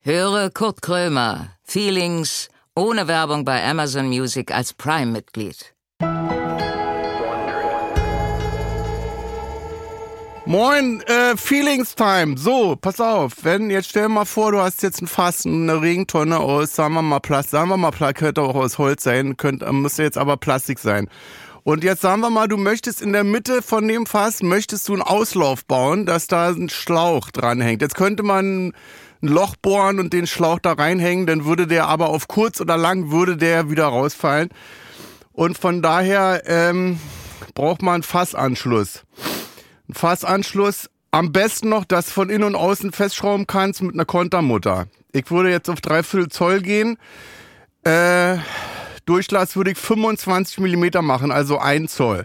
Höre Kurt Krömer, Feelings, ohne Werbung bei Amazon Music als Prime-Mitglied. Moin, äh, Feelings Time. So, pass auf. Wenn, jetzt stell dir mal vor, du hast jetzt ein Fass, eine Regentonne aus, sagen wir mal Plastik, sagen wir mal Plastik, könnte auch aus Holz sein, könnte, müsste jetzt aber Plastik sein. Und jetzt sagen wir mal, du möchtest in der Mitte von dem Fass, möchtest du einen Auslauf bauen, dass da ein Schlauch dranhängt. Jetzt könnte man ein Loch bohren und den Schlauch da reinhängen, dann würde der aber auf kurz oder lang würde der wieder rausfallen. Und von daher ähm, braucht man einen Fassanschluss. Ein Fassanschluss, am besten noch, dass von innen und außen festschrauben kannst mit einer Kontermutter. Ich würde jetzt auf dreiviertel Zoll gehen. Äh, Durchlass würde ich 25 Millimeter machen, also ein Zoll.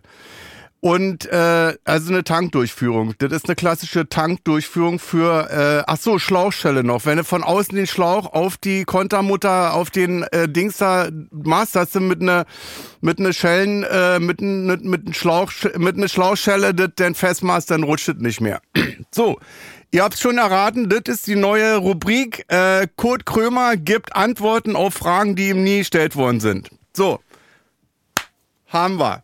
Und äh, also eine Tankdurchführung. Das ist eine klassische Tankdurchführung für, äh, ach so, Schlauchstelle noch. Wenn du von außen den Schlauch auf die Kontermutter, auf den äh, Dings da machst, hast du mit einer mit einer Schellen, äh, mit, n- mit, mit, n Schlauch, mit einer Schlauchschelle das dann festmachst, dann rutscht es nicht mehr. so, ihr habt schon erraten, das ist die neue Rubrik. Äh, Kurt Krömer gibt Antworten auf Fragen, die ihm nie gestellt worden sind. So, haben wir.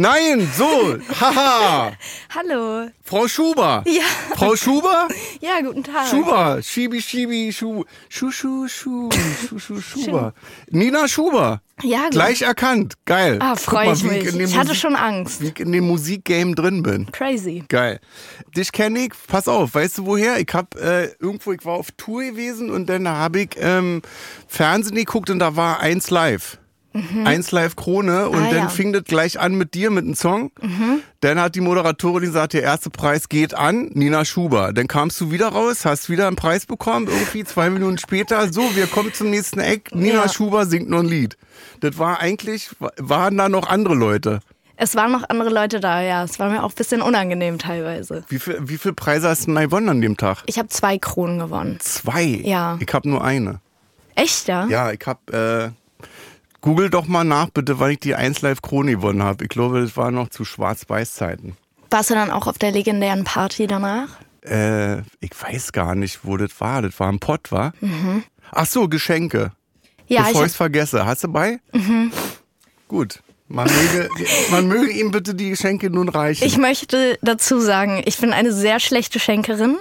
Nein, so, haha, Hallo. Frau Schuber. Ja. Frau Schuber? Ja, guten Tag. Schuber, Schibi, Schibi, Schu, Schu, Schu, Schu, Schu, Schu, Schuber. Nina Schuber. Ja, gut. Gleich erkannt, geil. Ah, Guck freue mal, ich wie mich. in dem Ich hatte Musik- schon Angst. Wie ich in dem Musikgame drin bin. Crazy. Geil. Dich kenne ich, pass auf, weißt du woher? Ich hab äh, irgendwo, ich war auf Tour gewesen und dann habe ich ähm, Fernsehen geguckt und da war eins live. Eins live Krone und Mhm. Ah, dann ja. Mhm. fing das gleich an mit dir, mit einem Song. Dann hat die Moderatorin gesagt, der erste Preis geht an Nina Schuber. Dann kamst du wieder raus, hast wieder einen Preis bekommen, irgendwie zwei Minuten später. So, wir kommen zum nächsten Eck. Nina Ja. Schuber singt noch ein Lied. Das war eigentlich, waren da noch andere Leute. Es waren noch andere Leute da, ja. Es war mir auch ein bisschen unangenehm teilweise. Wie viel, wie viel Preise hast du denn gewonnen an dem Tag? Ich habe zwei Kronen gewonnen. Zwei? Ja. Ich habe nur eine. Echt, ja? Ja, ich habe. Äh, Google doch mal nach, bitte, wann ich die 1 Live Krone gewonnen habe. Ich glaube, das war noch zu Schwarz-Weiß-Zeiten. Warst du dann auch auf der legendären Party danach? Äh, ich weiß gar nicht, wo das war. Das war ein Pott, war? Mhm. Ach so, Geschenke. Ja, Bevor ich es ich hab, vergesse. Hast du bei? Mhm. Gut. Man möge, man möge ihm bitte die Geschenke nun reichen. ich möchte dazu sagen, ich bin eine sehr schlechte Schenkerin.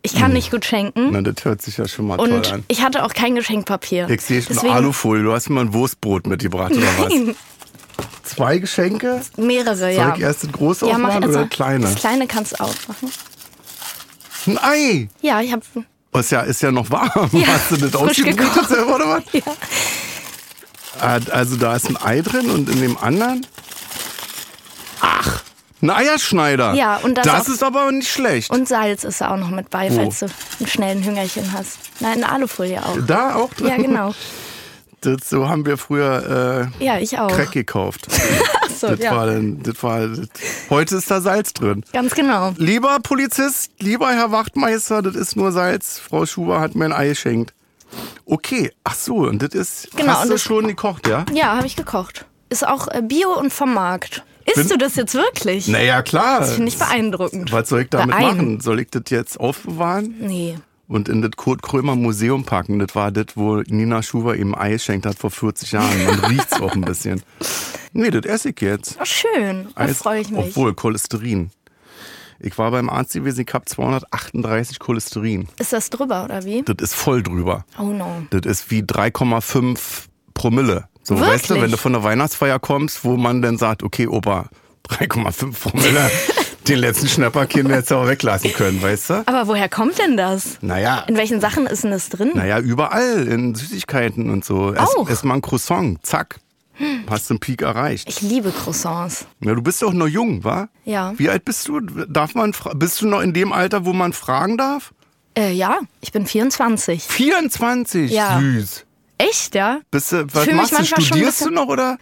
Ich kann nicht gut schenken. Hm. Na, das hört sich ja schon mal toll Und an. ich hatte auch kein Geschenkpapier. Ich sehe schon Deswegen Alufolie. Du hast mir mal ein Wurstbrot mitgebracht, oder was? Nein, Zwei Geschenke? mehrere, Soll ja. ich erst das große ja, mach aufmachen erst oder mal. das kleine? Das kleine kannst du aufmachen. Ein Ei! Ja, ich habe Oh, Ist ja, ist ja noch warm. Ja, Hast du das frisch ausgebrütet gekocht. selber oder was? ja. Ah, Also da ist ein Ei drin und in dem anderen. Ach, ein Eierschneider. Ja, und das das auch- ist aber nicht schlecht. Und Salz ist da auch noch mit bei, Wo? falls du einen schnellen Hüngerchen hast. Nein, eine Alufolie auch. da auch drin. Ja, genau. Das, so haben wir früher äh, Ja, ich auch. Crack gekauft. Achso, das, war ja. dann, das war das. Heute ist da Salz drin. Ganz genau. Lieber Polizist, lieber Herr Wachtmeister, das ist nur Salz. Frau Schuber hat mir ein Ei geschenkt. Okay, ach so, und das ist Genau, hast und du das- schon gekocht, ja? Ja, habe ich gekocht. Ist auch äh, bio und vom Markt. Isst Bin- du das jetzt wirklich? Naja, klar. Das finde ich beeindruckend. Was soll ich damit Beein- machen? Soll ich das jetzt aufbewahren Nee. und in das Kurt Krömer Museum packen? Das war das, wo Nina Schuber ihm Ei geschenkt hat vor 40 Jahren. Man riecht's auch ein bisschen. Nee, das esse ich jetzt. Oh, schön. Da Eis- freue ich mich. Obwohl, Cholesterin. Ich war beim Arzt gewesen, ich habe 238 Cholesterin. Ist das drüber oder wie? Das ist voll drüber. Oh no. Das ist wie 3,5 Promille. So, weißt du, Wirklich? wenn du von der Weihnachtsfeier kommst, wo man dann sagt, okay, Opa, 3,5 Promille, Den letzten Schnapperkind hättest du auch weglassen können, weißt du? Aber woher kommt denn das? Naja, In welchen Sachen ist denn das drin? naja, überall in Süßigkeiten und so. Auch. Hm. Erst, erst mal ein Croissant, zack. Hast den Peak erreicht. Ich liebe Croissants. Na, du bist doch noch jung, wa? Ja. Wie alt bist du? Darf man, fra- bist du noch in dem Alter, wo man fragen darf? Äh, ja, ich bin 24. 24, Ja. süß. Echt, ja? Bist du, was fühl machst mich du? manchmal schon ein Studierst du bisschen- noch oder?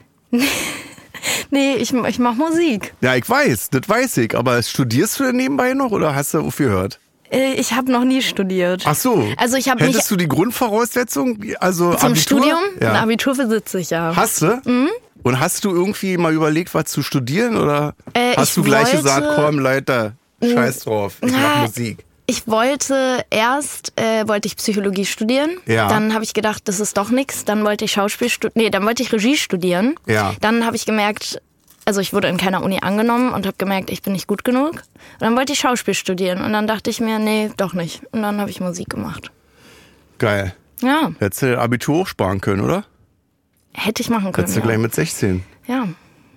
Nee, ich, ich mach Musik. Ja, ich weiß, das weiß ich. Aber studierst du denn nebenbei noch oder hast du aufgehört? Äh, ich habe noch nie studiert. Ach so. Also ich habe mich Hättest du die Grundvoraussetzung, also zum Abitur? Studium, Ja. ein Mhm. Abitur besitze ich ja. Hast du? Und hast du irgendwie mal überlegt, was zu studieren oder Äh, ich hast du gleich wollte- gesagt, komm Leiter, scheiß drauf, ich mach Ah, Musik. Ich wollte erst äh, wollte ich Psychologie studieren. Ja. Dann habe ich gedacht, das ist doch nichts. Dann wollte ich Schauspiel stu- nee, dann wollte ich Regie studieren. Ja. Dann habe ich gemerkt, also ich wurde in keiner Uni angenommen und habe gemerkt, ich bin nicht gut genug. Und dann wollte ich Schauspiel studieren und dann dachte ich mir, nee, doch nicht. Und dann habe ich Musik gemacht. Geil. Ja, Hättest du Abitur auch sparen können, oder? hätte ich machen können. Hättest du Ja. gleich mit 16. ja.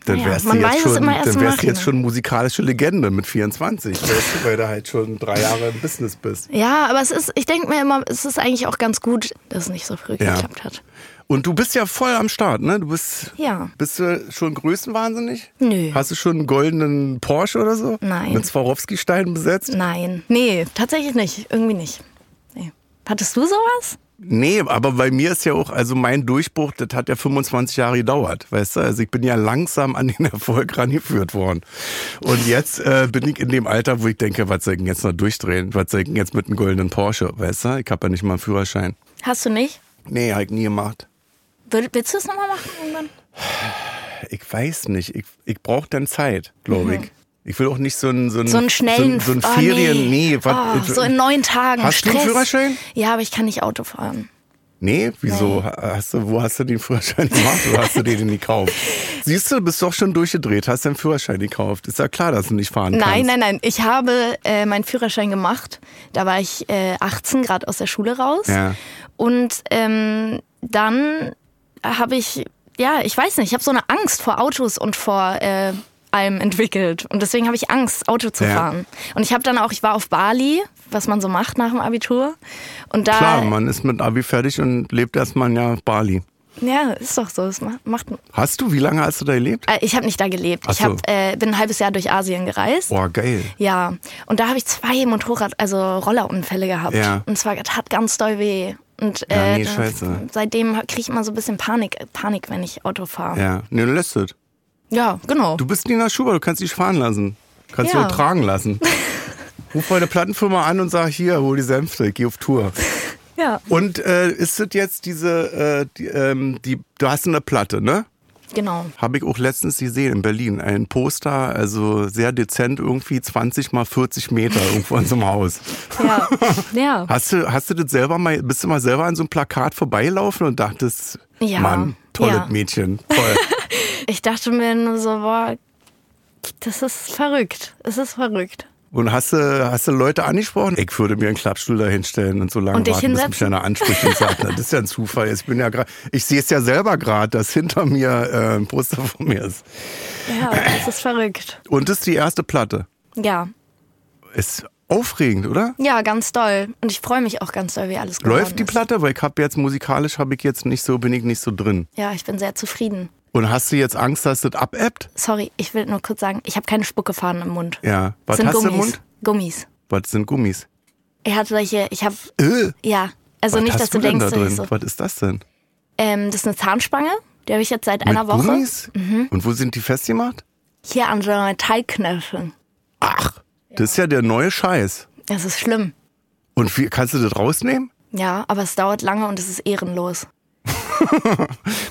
Dann Naja, wärst du man jetzt weiß schon, es immer erst dann im wärst du jetzt Nachhinein. schon musikalische Legende mit 24, weißt du, weil du halt schon drei Jahre im Business bist. ja, aber es ist, ich denke mir immer, es ist eigentlich auch ganz gut, dass es nicht so früh Ja. geklappt hat. Und du bist ja voll am Start, ne? Du bist, Ja. bist du schon größenwahnsinnig? Nö. Hast du schon einen goldenen Porsche oder so? Nein. Mit Swarovski-Steinen besetzt? Nein. Nee, tatsächlich nicht. Irgendwie nicht. Nee. Hattest du sowas? Nee, aber bei mir ist ja auch, also mein Durchbruch, das hat ja 25 Jahre gedauert, weißt du? Also ich bin ja langsam an den Erfolg rangeführt worden. Und jetzt äh, bin ich in dem Alter, wo ich denke, was soll ich denn jetzt noch durchdrehen? Was soll ich denn jetzt mit einem goldenen Porsche, weißt du? Ich habe ja nicht mal einen Führerschein. Hast du nicht? Nee, hab ich nie gemacht. Will- Willst du es nochmal machen irgendwann? Hm. Ich weiß nicht, ich, ich brauche dann Zeit, glaube ich. Ich will auch nicht so einen, so einen, Mhm. So einen schnellen so einen, so oh, einen Ferien, nee. nee, was, oh, so in neun Tagen. Hast du Stress. einen Führerschein? Ja, aber ich kann nicht Auto fahren. Nee, wieso? Nee. Ha- Hast du, wo hast du den Führerschein gemacht oder hast du den denn gekauft? Siehst du, bist doch schon durchgedreht, hast deinen Führerschein gekauft. Ist ja klar, dass du nicht fahren Nein, kannst. nein, nein. Ich habe äh, meinen Führerschein gemacht. Da war ich äh, 18 Grad aus der Schule raus. Ja. Und ähm, dann habe ich, ja, ich weiß nicht, ich habe so eine Angst vor Autos und vor äh, allem entwickelt. Und deswegen habe ich Angst, Auto zu Ja. fahren. Und ich habe dann auch, ich war auf Bali, was man so macht nach dem Abitur. Und da, Klar, man ist mit Abi fertig und lebt erstmal ein Jahr auf Bali. ja, ist doch so. Es macht, macht Hast du, wie lange hast du da gelebt? äh, ich habe nicht da gelebt. Ach Ich so. hab, äh, bin ein halbes Jahr durch Asien gereist. Boah, geil. Ja, und da habe ich zwei Motorrad, also Rollerunfälle gehabt. Ja. Und zwar das hat ganz doll weh. Und Ja, äh, nee, dann- scheiße. seitdem kriege ich immer so ein bisschen Panik, Panik, wenn ich Auto fahre. Ja. Ja, nee, du lässt es. genau. Du bist Nina Schuber, du kannst dich fahren lassen. Du kannst Ja. dich auch tragen lassen. Ruf meine Plattenfirma an und sag, hier, hol die Sänfte, ich geh auf Tour. Ja, Und äh, ist das jetzt diese, äh, die, ähm, die, du hast eine Platte, ne? genau. Habe ich auch letztens gesehen in Berlin. Ein Poster, also sehr dezent, irgendwie 20 mal 40 Meter irgendwo an so einem Haus. Ja. ja. Hast du, hast du das selber mal, bist du mal selber an so einem Plakat vorbeigelaufen und dachtest, Ja. Mann, tolles Ja. Mädchen, toll. Ich dachte mir nur so, boah, das ist verrückt. Es ist verrückt. Und hast du, hast du Leute angesprochen? Ich würde mir einen Klappstuhl da hinstellen und so lange Und dich warten, bis mich hinsetzen? einer anspricht und sagt, na, das ist ja ein Zufall. Ich, bin ja grad, ich sehe es ja selber gerade, dass hinter mir äh, ein Poster von mir ist. Ja, es ist verrückt. Und das ist die erste Platte. Ja. Ist aufregend, oder? Ja, ganz doll. Und ich freue mich auch ganz doll, wie alles geworden Läuft die ist. Platte? Weil ich habe jetzt musikalisch habe ich jetzt nicht so, bin ich nicht so drin. Ja, ich bin sehr zufrieden. Und hast du jetzt Angst, dass das abebbt? Sorry, ich will nur kurz sagen, ich habe keine Spuckefaden im Mund. Ja. Was sind hast Gummis. du im Mund? Gummis. Was sind Gummis? Ich hatte solche, ich habe, Äh, ja. Also was nicht, hast dass du, denn denkst, da dass drin? ich so. Was ist das denn? Ähm, das ist eine Zahnspange, die habe ich jetzt seit einer Mit Woche. Mhm. Gummis? Und wo sind die festgemacht? Hier an so einer Teigknöpfen. Ach, das ist ja der neue Scheiß. Das ist schlimm. Und wie, kannst du das rausnehmen? Ja, aber es dauert lange und es ist ehrenlos.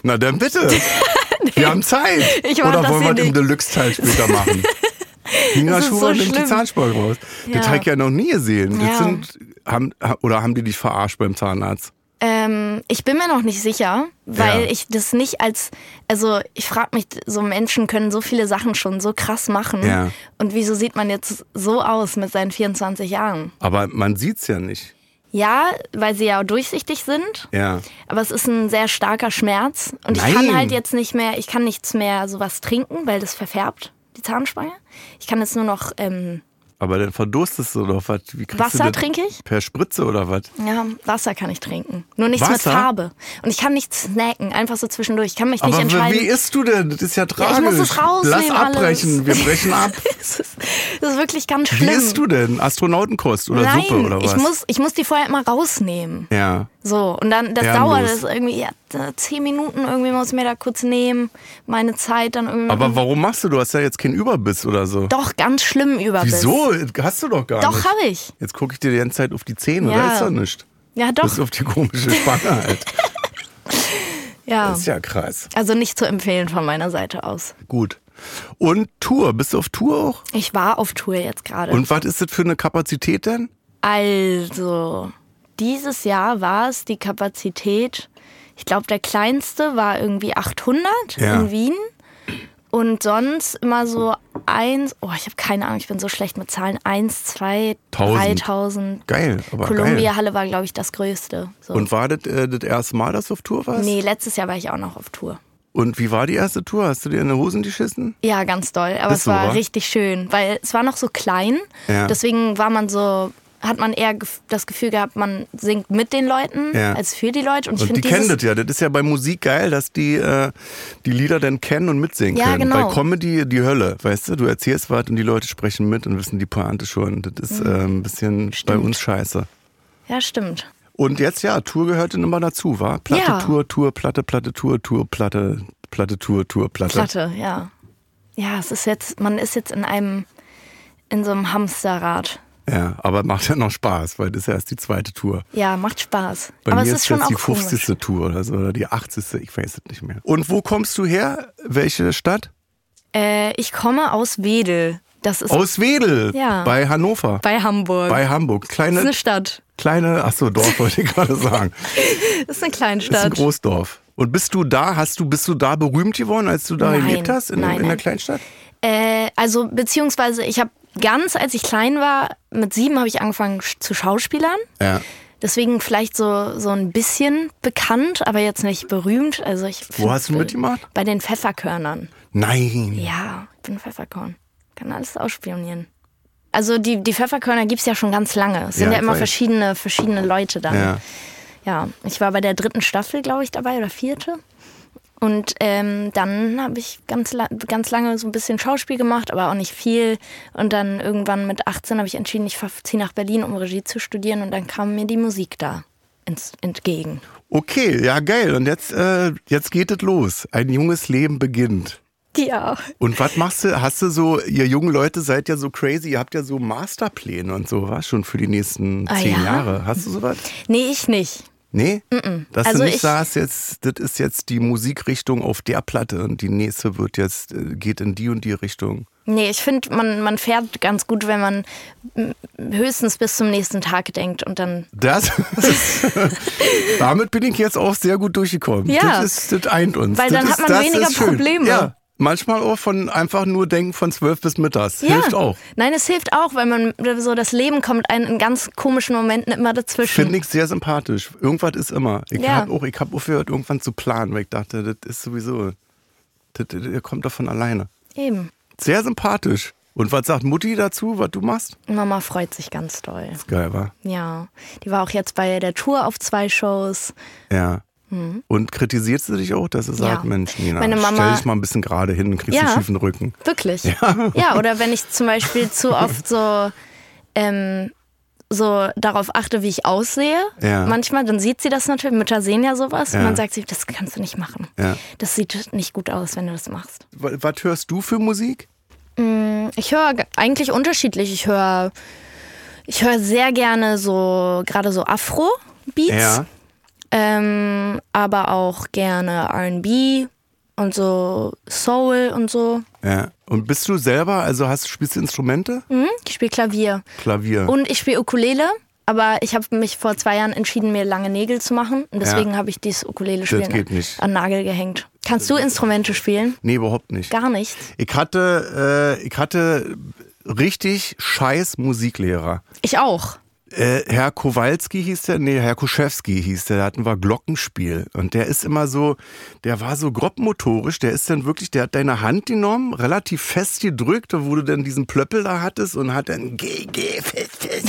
Na dann bitte. Wir haben Zeit. Ich mach Oder das wollen hier wir das im nicht. Deluxe-Teil später machen? Nina Das ist Schuber so nimmt die schlimm. Zahnspange raus. Das Ja. habe ich ja noch nie gesehen. Das Ja. sind, haben, oder haben die dich verarscht beim Zahnarzt? Ähm, ich bin mir noch nicht sicher, weil Ja. ich das nicht als, also ich frage mich, so Menschen können so viele Sachen schon so krass machen. Ja. Und wieso sieht man jetzt so aus mit seinen 24 Jahren? Aber man sieht's ja nicht. Ja, weil sie ja durchsichtig sind. Ja. Aber es ist ein sehr starker Schmerz. Und Nein. ich kann halt jetzt nicht mehr, ich kann nichts mehr sowas trinken, weil das verfärbt, die Zahnspange. Ich kann jetzt nur noch, ähm, Aber dann verdurstest du doch was. Wie kriegst Wasser du das? trinke ich? Per Spritze oder was? ja, Wasser kann ich trinken. Nur nichts Wasser? mit Farbe. Und ich kann nichts snacken, einfach so zwischendurch. Ich kann mich nicht Aber wie- entscheiden. wie isst du denn? Das ist ja Ja, tragisch. ich muss es rausnehmen. Lass abbrechen, alles. wir brechen ab. das, ist, das ist wirklich ganz Wie schlimm. isst du denn? Astronautenkost oder Nein, Suppe oder was? ich muss, ich muss die vorher immer rausnehmen. ja. So, und dann, das Ehrenlos. dauert das irgendwie ja, da- zehn Minuten, irgendwie muss ich mir da kurz nehmen, meine Zeit dann irgendwie. Aber warum machst du? Du hast ja jetzt keinen Überbiss oder so. doch, ganz schlimm Überbiss. Wieso? Hast du doch gar Doch, nicht. habe ich. Jetzt gucke ich dir die ganze Zeit auf die Zähne, Ja. da ist doch nichts. Ja, Bis doch. auf die komische Spange halt. Ja. Das ist ja krass. Also nicht zu empfehlen von meiner Seite aus. Gut. Und Tour, bist du auf Tour auch? Ich war auf Tour jetzt gerade. Und was ist das für eine Kapazität denn? Also, dieses Jahr war es die Kapazität, ich glaube, der kleinste war irgendwie 800 Ja. in Wien. Und sonst immer so eins, oh, ich habe keine Ahnung, ich bin so schlecht mit Zahlen. Eins, zwei, Tausend. 3000. Geil, aber Columbia geil. Halle war, glaube ich, das größte. So. Und war das äh, das erste Mal, dass du auf Tour warst? nee, letztes Jahr war ich auch noch auf Tour. Und wie war die erste Tour? Hast du dir in die Hosen geschissen? Ja, ganz doll. Aber Ist es so, war wa? richtig schön, weil es war noch so klein. Ja. Deswegen war man so, hat man eher gef- das Gefühl gehabt, man singt mit den Leuten Ja. als für die Leute. Und, ich Und die finde kennen dieses, das ja. Das ist ja bei Musik geil, dass die äh, die Lieder dann kennen und mitsingen Ja, können. genau. Bei Comedy die Hölle, weißt du? Du erzählst was und die Leute sprechen mit und wissen die Pointe schon. Das Mhm. ist äh, ein bisschen bei uns scheiße. Ja, stimmt. Und jetzt ja, Tour gehört dann immer dazu, war? Platte, Ja. Tour, Tour, Platte, Platte, Tour, Tour, Platte, Platte, Tour, Tour, Platte. Platte, ja. Ja, es ist jetzt, man ist jetzt in einem, in so einem Hamsterrad. Ja, aber macht ja noch Spaß, weil das ist ja erst die zweite Tour. Ja, macht Spaß. Bei Aber mir es ist ist schon jetzt auch die komisch. 50. Tour oder so, oder die 80. Ich weiß es nicht mehr. Und wo kommst du her? Welche Stadt? Äh, ich komme aus Wedel. Das ist Aus Wedel, Ja. bei Hannover, bei Hamburg. bei Hamburg. das ist Kleine, eine Stadt. kleine, ach so, Dorf wollte ich gerade sagen. Das ist eine Ist ein Kleinstadt. Großdorf. Und bist du da, hast du, bist du da berühmt geworden, als du da Nein, gelebt hast, in, nein, in der nein. Kleinstadt? Äh, also beziehungsweise ich habe ganz, als ich klein war, mit sieben habe ich angefangen sch zu Schauspielern. Ja. Deswegen vielleicht so, so ein bisschen bekannt, aber jetzt nicht berühmt. Also ich Wo find- hast du mitgemacht? Bei den Pfefferkörnern. Nein. Ja, ich bin Pfefferkorn. Kann alles ausspionieren. Also die, die Pfefferkörner gibt's ja schon ganz lange. Es sind Ja, ja, ich immer weiß. verschiedene, verschiedene Leute dann. Ja. Ja, ich war bei der dritten Staffel, glaube ich, dabei oder vierte. Und ähm, dann habe ich ganz, la ganz lange so ein bisschen Schauspiel gemacht, aber auch nicht viel. Und dann irgendwann mit 18 habe ich entschieden, ich ziehe nach Berlin, um Regie zu studieren. Und dann kam mir die Musik da ins, entgegen. Okay, ja geil. Und jetzt, äh, jetzt geht es los. Ein junges Leben beginnt. Ja. Und was machst du? Hast du so, ihr jungen Leute seid ja so crazy, ihr habt ja so Masterpläne und so, was schon für die nächsten Ah, zehn ja? Jahre. Hast du sowas? Nee, ich nicht. Nee? Dass Also du nicht ich- sagst, jetzt, das ist jetzt die Musikrichtung auf der Platte und die nächste wird jetzt, äh, geht in die und die Richtung. Nee, ich finde, man, man fährt ganz gut, wenn man m, höchstens bis zum nächsten Tag denkt und dann. Das damit bin ich jetzt auch sehr gut durchgekommen. Ja. Das, ist, das eint uns. Weil das dann ist, hat man das weniger ist schön. Probleme. Ja. Manchmal auch von einfach nur denken von zwölf bis mittags. Hilft auch. Nein, es hilft auch, weil man so das Leben kommt einem in ganz komischen Momenten immer dazwischen. Finde ich sehr sympathisch. Irgendwas ist immer. Ich Ja. habe auch, ich habe aufgehört, irgendwann zu planen, weil ich dachte, das ist sowieso, das, das, das kommt davon alleine. Eben. Sehr sympathisch. Und was sagt Mutti dazu, was du machst? Mama freut sich ganz doll. Ist geil, wa? Ja. Die war auch jetzt bei der Tour auf zwei Shows. Ja. Und kritisiert sie dich auch, dass sie sagt, Mensch, Nina, Mhm. Meine Mama- stell dich mal ein bisschen gerade hin und kriegst Ja. einen schiefen Rücken. Wirklich. Ja. oder wenn ich zum Beispiel zu oft so, ähm, so darauf achte, wie ich aussehe, Ja. manchmal, dann sieht sie das natürlich. Mütter sehen ja sowas Ja. und man sagt sich, das kannst du nicht machen. Ja. Das sieht nicht gut aus, wenn du das machst. Wa- Was hörst du für Musik? Ich höre g- eigentlich unterschiedlich. Ich höre ich höre sehr gerne so, gerade so Afro-Beats, ähm, aber auch gerne RB und so Soul und so. ja. Und bist du selber, also hast spielst du Instrumente? Hm? Ich spiele Klavier. Klavier. Und ich spiele Ukulele, aber ich habe mich vor zwei Jahren entschieden, mir lange Nägel zu machen. Und deswegen habe ich dieses Das Ukulele-Spielen geht nicht. an den Nagel gehängt. Kannst du Instrumente spielen? nee, überhaupt nicht. Gar nichts. Ich hatte, äh, ich hatte richtig scheiß Musiklehrer. Ich auch. Äh, Herr Kowalski hieß der, nee, Herr Kuschewski hieß der, da hatten wir Glockenspiel. Und der ist immer so, der war so grobmotorisch, der ist dann wirklich, der hat deine Hand genommen, relativ fest gedrückt, wo du dann diesen Plöppel da hattest und hat dann GG fest, fest.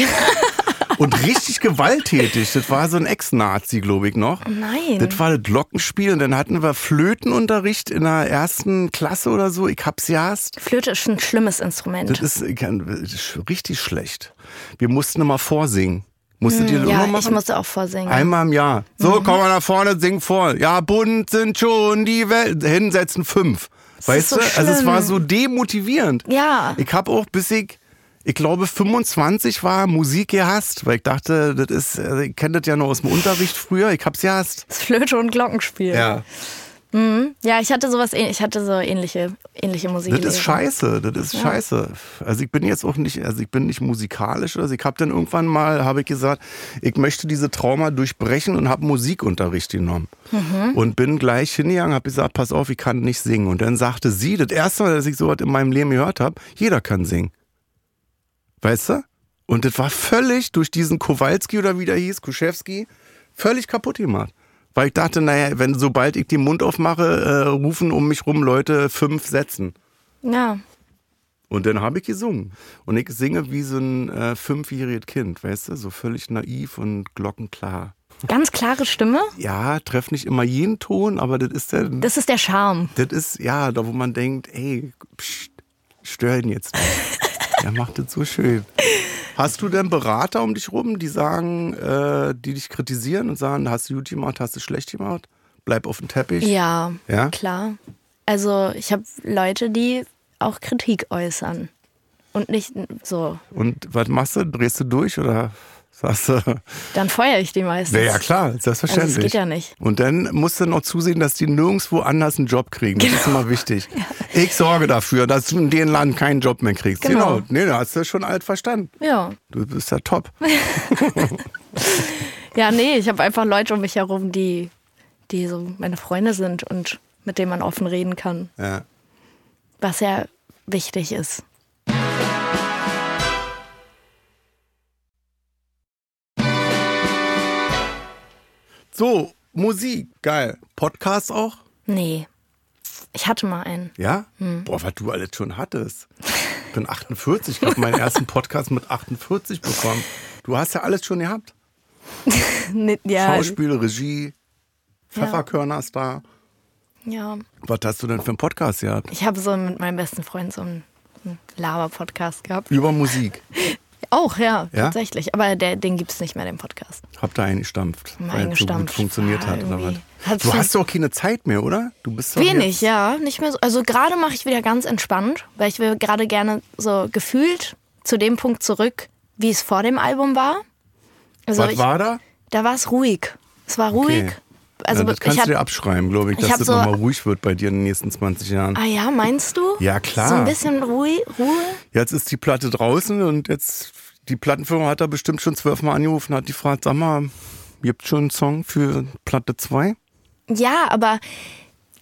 Und richtig gewalttätig. Das war so ein Ex-Nazi, glaube ich, noch. Nein. Das war das Glockenspiel und dann hatten wir Flötenunterricht in der ersten Klasse oder so. Ich hab's erst. Flöte ist ein schlimmes Instrument. Das ist, ich kann- das ist richtig schlecht. Wir mussten immer vorsingen. Musstet ihr das auch Hm, ja, noch machen? ich musste Mhm. auch vorsingen. Einmal im Jahr. So, komm mal nach vorne, sing vor. Ja, bunt sind schon die Welt. Hinsetzen fünf. Weißt ist so du? Also es schlimm. war so demotivierend. Ja. Ich habe auch bis ich, ich glaube 25 war, Musik gehasst. Weil ich dachte, das ist, also ich kenne das ja nur aus dem Unterricht früher. Ich hab's gehasst. Das Flöte und Glockenspiel. Ja. Ja, ich hatte sowas, ähn- ich hatte so ähnliche, ähnliche Musik. Das ist scheiße, das ist scheiße. Also ich bin jetzt auch nicht, also ich bin nicht musikalisch. Also ich habe dann irgendwann mal, habe ich gesagt, ich möchte diese Trauma durchbrechen und habe Musikunterricht genommen. Und bin gleich hingegangen, habe gesagt, pass auf, ich kann nicht singen. Und dann sagte sie, das erste Mal, dass ich sowas in meinem Leben gehört habe, jeder kann singen. Weißt du? Und das war völlig durch diesen Kowalski oder wie der hieß, Kuschewski, völlig kaputt gemacht. Weil ich dachte, naja, wenn sobald ich den Mund aufmache, äh, rufen um mich rum Leute fünf Sätzen. Ja. Und dann habe ich gesungen. Und ich singe wie so ein äh, fünfjähriges Kind, weißt du, so völlig naiv und glockenklar. Ganz klare Stimme. Ja, treff nicht immer jeden Ton, aber das ist der, Das ist der Charme. das ist, ja, da wo man denkt, ey, pst, stör ihn jetzt nicht. er macht das so schön. Hast du denn Berater um dich rum, die sagen, äh, die dich kritisieren und sagen, hast du gut gemacht, hast du schlecht gemacht, bleib auf dem Teppich? Ja, Ja? klar. Also ich habe Leute, die auch Kritik äußern. Und nicht so. Und was machst du? Drehst du durch oder sagst du, Dann feuere ich die meistens. Ja, ja klar, selbstverständlich. Also es geht ja nicht. Und dann musst du noch zusehen, dass die nirgendwo anders einen Job kriegen. Das ist Genau. immer wichtig. Ich sorge dafür, dass du in dem Land keinen Job mehr kriegst. Genau. Nee, da hast du schon alt verstanden. Ja. Du bist ja top. Ja, nee, ich habe einfach Leute um mich herum, die, die so meine Freunde sind und mit denen man offen reden kann. Ja. Was ja wichtig ist. So, Musik, geil. Podcast auch? Nee. Ich hatte mal einen. Ja? Hm. Boah, was du alles schon hattest. Ich bin 48, ich habe meinen ersten Podcast mit 48 bekommen. Du hast ja alles schon gehabt. Nee, ja, Schauspiel, Regie, Pfefferkörner ist da. ja. Was hast du denn für einen Podcast gehabt? Ich habe so mit meinem besten Freund so einen einen Laber-Podcast gehabt. Über Musik. Auch, ja, Ja? tatsächlich. Aber der, den gibt es nicht mehr, den Podcast. Habt ihr eingestampft, Haben wir weil es so gut eingestampft. funktioniert Ja, hat oder was? irgendwie. Hat's Du schon- hast doch keine Zeit mehr, oder? Du bist doch jetzt- Wenig, ja. Nicht mehr so. Also gerade mache ich wieder ganz entspannt, weil ich will gerade gerne so gefühlt zu dem Punkt zurück, wie es vor dem Album war. Also Was ich, war da? da war es ruhig. Es war ruhig. Okay. Also ja, das ich kannst hab, du dir abschreiben, glaube ich, ich dass hab das so- nochmal ruhig wird bei dir in den nächsten 20 Jahren. Ah ja, meinst du? Ja, klar. So ein bisschen Ruhe. Ruhe? Jetzt ist die Platte draußen und jetzt, die Plattenfirma hat da bestimmt schon zwölfmal angerufen, hat die gefragt, sag mal, gibt schon einen Song für Platte 2? Ja, aber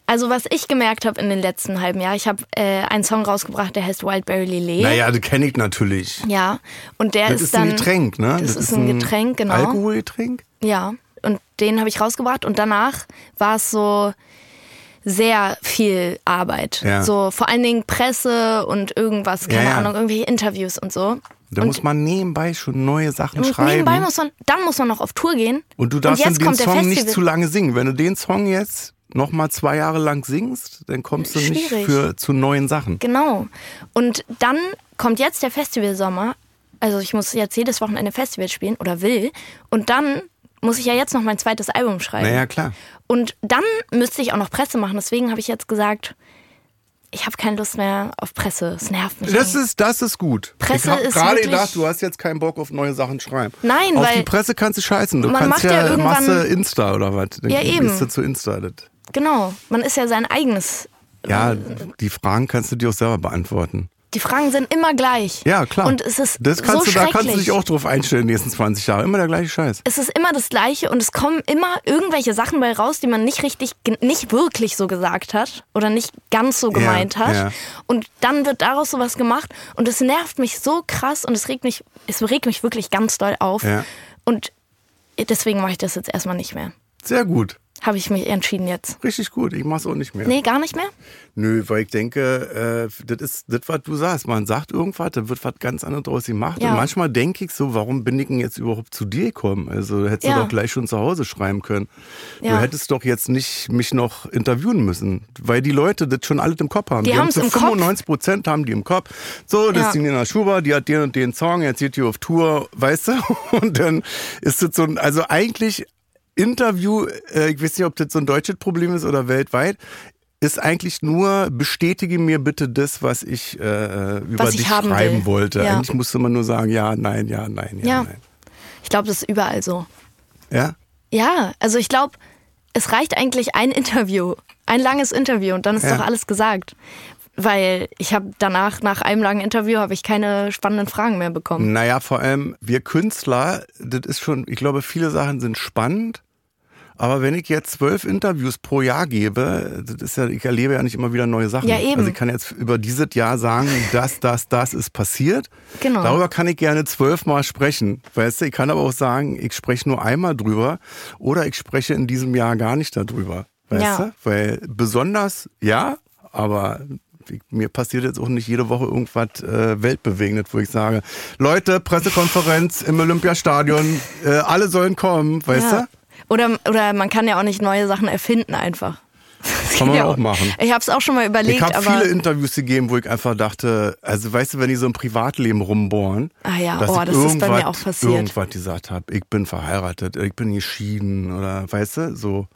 also was ich gemerkt habe in den letzten halben Jahr, ich habe äh, einen Song rausgebracht, der heißt Wildberry Lillet. Naja, das kenne ich natürlich. Ja, und der Das ist ist dann ein Getränk, ne? Das, ist ein Getränk, genau. Alkoholgetränk? Ja, und den habe ich rausgebracht und danach war es so sehr viel Arbeit. Ja. So vor allen Dingen Presse und irgendwas, keine Ja, ja. Ahnung, irgendwelche Interviews und so. Da muss man nebenbei schon neue Sachen Und schreiben. nebenbei muss man, dann muss man noch auf Tour gehen. Und du darfst und jetzt dann den kommt der Song nicht Festival- zu lange singen. Wenn du den Song jetzt noch mal zwei Jahre lang singst, dann kommst du nicht Schwierig. für, zu neuen Sachen. Genau. Und dann kommt jetzt der Festivalsommer. Also ich muss jetzt jedes Wochenende Festival spielen oder will. Und dann muss ich ja jetzt noch mein zweites Album schreiben. Naja, klar. Und dann müsste ich auch noch Presse machen. Deswegen habe ich jetzt gesagt, ich habe keine Lust mehr auf Presse. Es nervt mich. Das irgendwie. ist, das ist gut. Presse ich hab ist gerade wirklich- gedacht, du hast jetzt keinen Bock auf neue Sachen schreiben. Nein, auf weil- die Presse kannst du scheißen. Du Man kannst macht ja ja, machst du irgendwann- Insta oder was. Dann Ja, eben. Bist du zu Insta. Das. genau. Man ist ja sein eigenes. Ja, die Fragen kannst du dir auch selber beantworten. Die Fragen sind immer gleich. Ja, klar. Und es ist das kannst so du, da kannst du schrecklich. dich auch drauf einstellen, die nächsten 20 Jahre. Immer der gleiche Scheiß. es ist immer das Gleiche und es kommen immer irgendwelche Sachen bei raus, die man nicht richtig, ge- nicht wirklich so gesagt hat oder nicht ganz so gemeint hat. ja. Und dann wird daraus sowas gemacht und es nervt mich so krass und es regt mich, es regt mich wirklich ganz doll auf. Ja. Und deswegen mache ich das jetzt erstmal nicht mehr. Sehr gut. Habe ich mich entschieden jetzt. Richtig gut. Ich mach's auch nicht mehr. Nee, gar nicht mehr? Nö, weil ich denke, äh, das ist das, was du sagst. Man sagt irgendwas, dann wird was ganz anderes draus gemacht. Ja. Und manchmal denke ich so, warum bin ich denn jetzt überhaupt zu dir gekommen? Also hättest Ja. du doch gleich schon zu Hause schreiben können. Du Ja. hättest doch jetzt nicht mich noch interviewen müssen, weil die Leute das schon alles im Kopf haben. Die haben haben's zu im Kopf. 95 Prozent haben die im Kopf. So, das Ja. ist die Nina Schuber, die hat den und den Song, jetzt geht die auf Tour, weißt du? Und dann ist das so ein, also eigentlich Interview, äh, ich weiß nicht, ob das so ein deutsches Problem ist oder weltweit, ist eigentlich nur, bestätige mir bitte das, was ich äh, über Was ich dich haben schreiben will. wollte. Ja. Eigentlich musste man nur sagen, ja, nein, ja, nein, ja, Ja. nein. Ich glaube, das ist überall so. Ja? Ja, also ich glaube, es reicht eigentlich ein Interview, ein langes Interview und dann ist Ja. doch alles gesagt. Weil ich habe danach, nach einem langen Interview, habe ich keine spannenden Fragen mehr bekommen. Naja, vor allem wir Künstler, das ist schon, ich glaube, viele Sachen sind spannend. Aber wenn ich jetzt zwölf Interviews pro Jahr gebe, das ist ja, ich erlebe ja nicht immer wieder neue Sachen. Ja, eben. Also ich kann jetzt über dieses Jahr sagen, das, das, das ist passiert. Genau. Darüber kann ich gerne zwölfmal sprechen. Weißt du, ich kann aber auch sagen, ich spreche nur einmal drüber oder ich spreche in diesem Jahr gar nicht darüber. Weißt Ja. du? Weil besonders, ja, aber ich- mir passiert jetzt auch nicht jede Woche irgendwas äh, Weltbewegendes, wo ich sage, Leute, Pressekonferenz im Olympiastadion, äh, alle sollen kommen, weißt Ja. Oder, oder man kann ja auch nicht neue Sachen erfinden einfach. du? Kann man ja. auch machen. Ich habe es auch schon mal Ich überlegt, habe aber viele Interviews gegeben, wo ich einfach dachte, also weißt du, wenn die so im Privatleben rumbohren, Ah ja, dass oh, ich das ist bei mir irgendwas- auch passiert. Irgendwas gesagt habe, ich bin verheiratet, ich bin geschieden oder weißt du, so.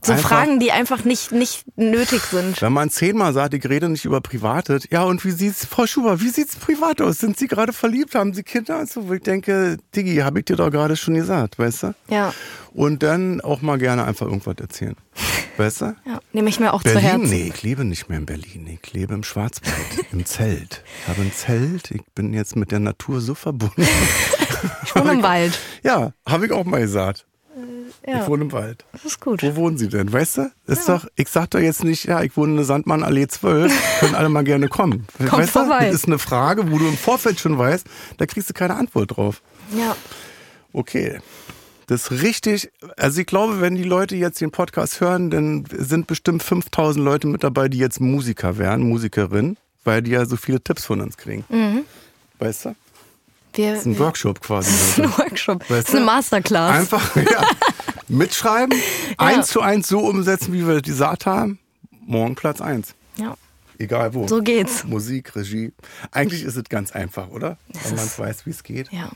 so Einfach, Fragen, die einfach nicht, nicht nötig sind. Wenn man zehnmal sagt, ich rede nicht über Privatet, ja und wie sieht's, Frau Schuber, wie sieht's privat aus? Sind Sie gerade verliebt? Haben Sie Kinder? Also wo ich denke, Diggi, habe ich dir doch gerade schon gesagt, weißt du? Ja. Und dann auch mal gerne einfach irgendwas erzählen, weißt du? Ja, nehme ich mir auch zu Berlin? Herzen. Nee, ich lebe nicht mehr in Berlin. Ich lebe im Schwarzwald, im Zelt. Ich habe ein Zelt. Ich bin jetzt mit der Natur so verbunden. Ich wohne im Wald. Ja, habe ich auch mal gesagt. Äh, Ja, Ich wohne im Wald. das ist gut. Wo wohnen Sie denn? Weißt du? Ist doch, ich sag doch jetzt nicht, ja, ich wohne in der Sandmannallee 12, können alle mal gerne kommen. Kommt weißt du? vorbei. Das ist eine Frage, wo du im Vorfeld schon weißt, da kriegst du keine Antwort drauf. Ja. Okay. Das ist richtig. Also ich glaube, wenn die Leute jetzt den Podcast hören, dann sind bestimmt 5000 Leute mit dabei, die jetzt Musiker werden, Musikerin, weil die ja so viele Tipps von uns kriegen. Mhm. Weißt du? Wir, Das ist ein Workshop quasi. das ist ein Workshop. Das Weißt ist eine du? Masterclass. Einfach ja, mitschreiben, eins zu eins so umsetzen, wie wir die Saat haben. Morgen Platz eins. ja. Egal wo. So geht's. Musik, Regie. Eigentlich ist es ganz einfach, oder? Wenn man ist- weiß, wie es geht. Ja.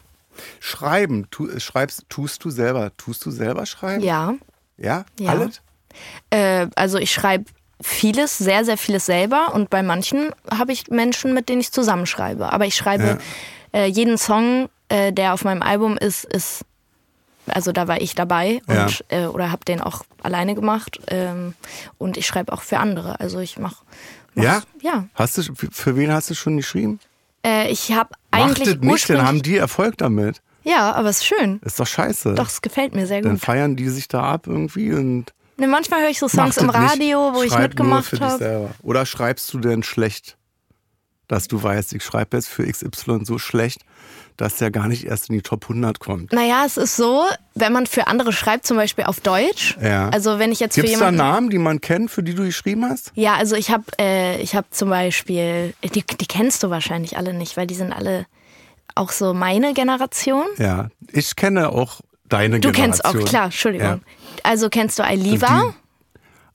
Schreiben, tu, äh, schreibst, tust du selber. Tust du selber schreiben? Ja. Ja? Ja. Alles? Äh, also ich schreibe vieles, sehr, sehr vieles selber und bei manchen habe ich Menschen, mit denen ich zusammenschreibe. Aber ich schreibe äh, jeden Song, äh, der auf meinem Album ist, ist, also da war ich dabei Ja. und, äh, oder habe den auch alleine gemacht ähm, und ich schreibe auch für andere. Also ich mache. Ja? Ja. Hast du, für wen hast du schon geschrieben? Äh, ich habe Macht eigentlich das nicht, dann ursprünglich- haben die Erfolg damit. ja, aber es ist schön. Ist doch scheiße. Doch, es gefällt mir sehr dann gut. feiern die sich da ab irgendwie und Ne, manchmal höre ich so macht Songs im das nicht. Radio, wo ich Schreib nur für mitgemacht dich habe. selber. Oder schreibst du denn schlecht, dass du weißt, ich schreibe jetzt für XY so schlecht, dass der gar nicht erst in die Top 100 kommt? Naja, es ist so, wenn man für andere schreibt, zum Beispiel auf Deutsch. Ja. Also wenn ich jetzt Gibt für es da jemanden. Namen, die man kennt, für die du geschrieben hast? ja, also ich habe äh, ich hab zum Beispiel, äh, die, die kennst du wahrscheinlich alle nicht, weil die sind alle auch so meine Generation. Ja, ich kenne auch deine Du Generation. kennst auch, klar, Entschuldigung. Also kennst du Aliva?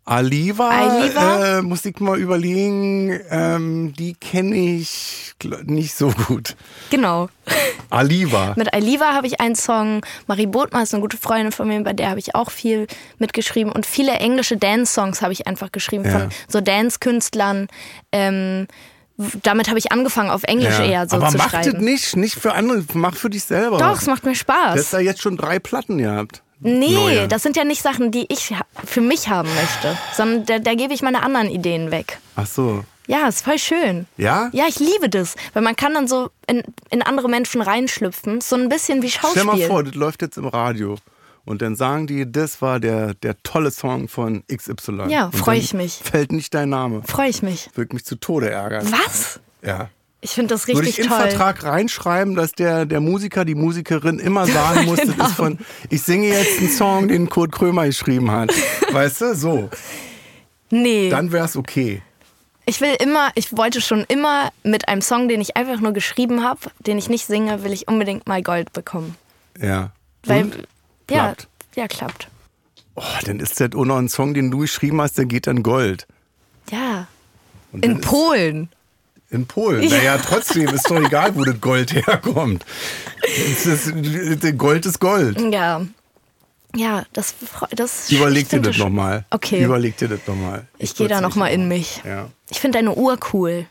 Aliva, Aliva? Äh, muss ich mal überlegen, ähm, die kenne ich gl- nicht so gut. Genau. Aliva. Mit Aliva habe ich einen Song. Marie Bodmer ist eine gute Freundin von mir, bei der habe ich auch viel mitgeschrieben. Und viele englische Dance-Songs habe ich einfach geschrieben Ja. von so Dance-Künstlern. Ähm, w- damit habe ich angefangen, auf Englisch eher so Aber zu mach schreiben. das nicht, nicht für andere, mach für dich selber. Doch, es macht mir Du hast Spaß. da jetzt schon drei Platten gehabt. Nee, Neue. das sind ja nicht Sachen, die ich ha- für mich haben möchte, sondern da, da gebe ich meine anderen Ideen weg. Ach so. Ja, ist voll schön. Ja? Ja, ich liebe das, weil man kann dann so in, in andere Menschen reinschlüpfen, so ein bisschen wie Schauspiel. Stell mal vor, das läuft jetzt im Radio. Und dann sagen die, das war der, der tolle Song von XY. Ja, Und freu dann ich mich. Fällt nicht dein Name. Freue ich mich. Würde mich zu Tode ärgern. Was? Ja. Ich finde das Würde ich richtig in toll. Vertrag reinschreiben, dass der, der Musiker, die Musikerin immer sagen muss, Genau. das ist von, ich singe jetzt einen Song, den Kurt Krömer geschrieben hat. Weißt du, so. Nee. Dann wär's okay. Ich will immer, ich wollte schon immer mit einem Song, den ich einfach nur geschrieben habe, den ich nicht singe, will ich unbedingt mal Gold bekommen. Ja. Weil, Und? ja, Klappt. ja, klappt. Oh, dann ist das auch noch ein Song, den du geschrieben hast, der geht dann Gold. Ja. Und dann In ist- Polen. In Polen. Naja, trotzdem ist doch egal, wo das Gold herkommt. Es ist, Gold ist Gold. Ja. Ja, das, freu- das ich Überleg dir finde das schon- nochmal. Okay. Überleg dir das nochmal. Ich gehe da nochmal in mich. Ja. Ich finde deine Uhr cool.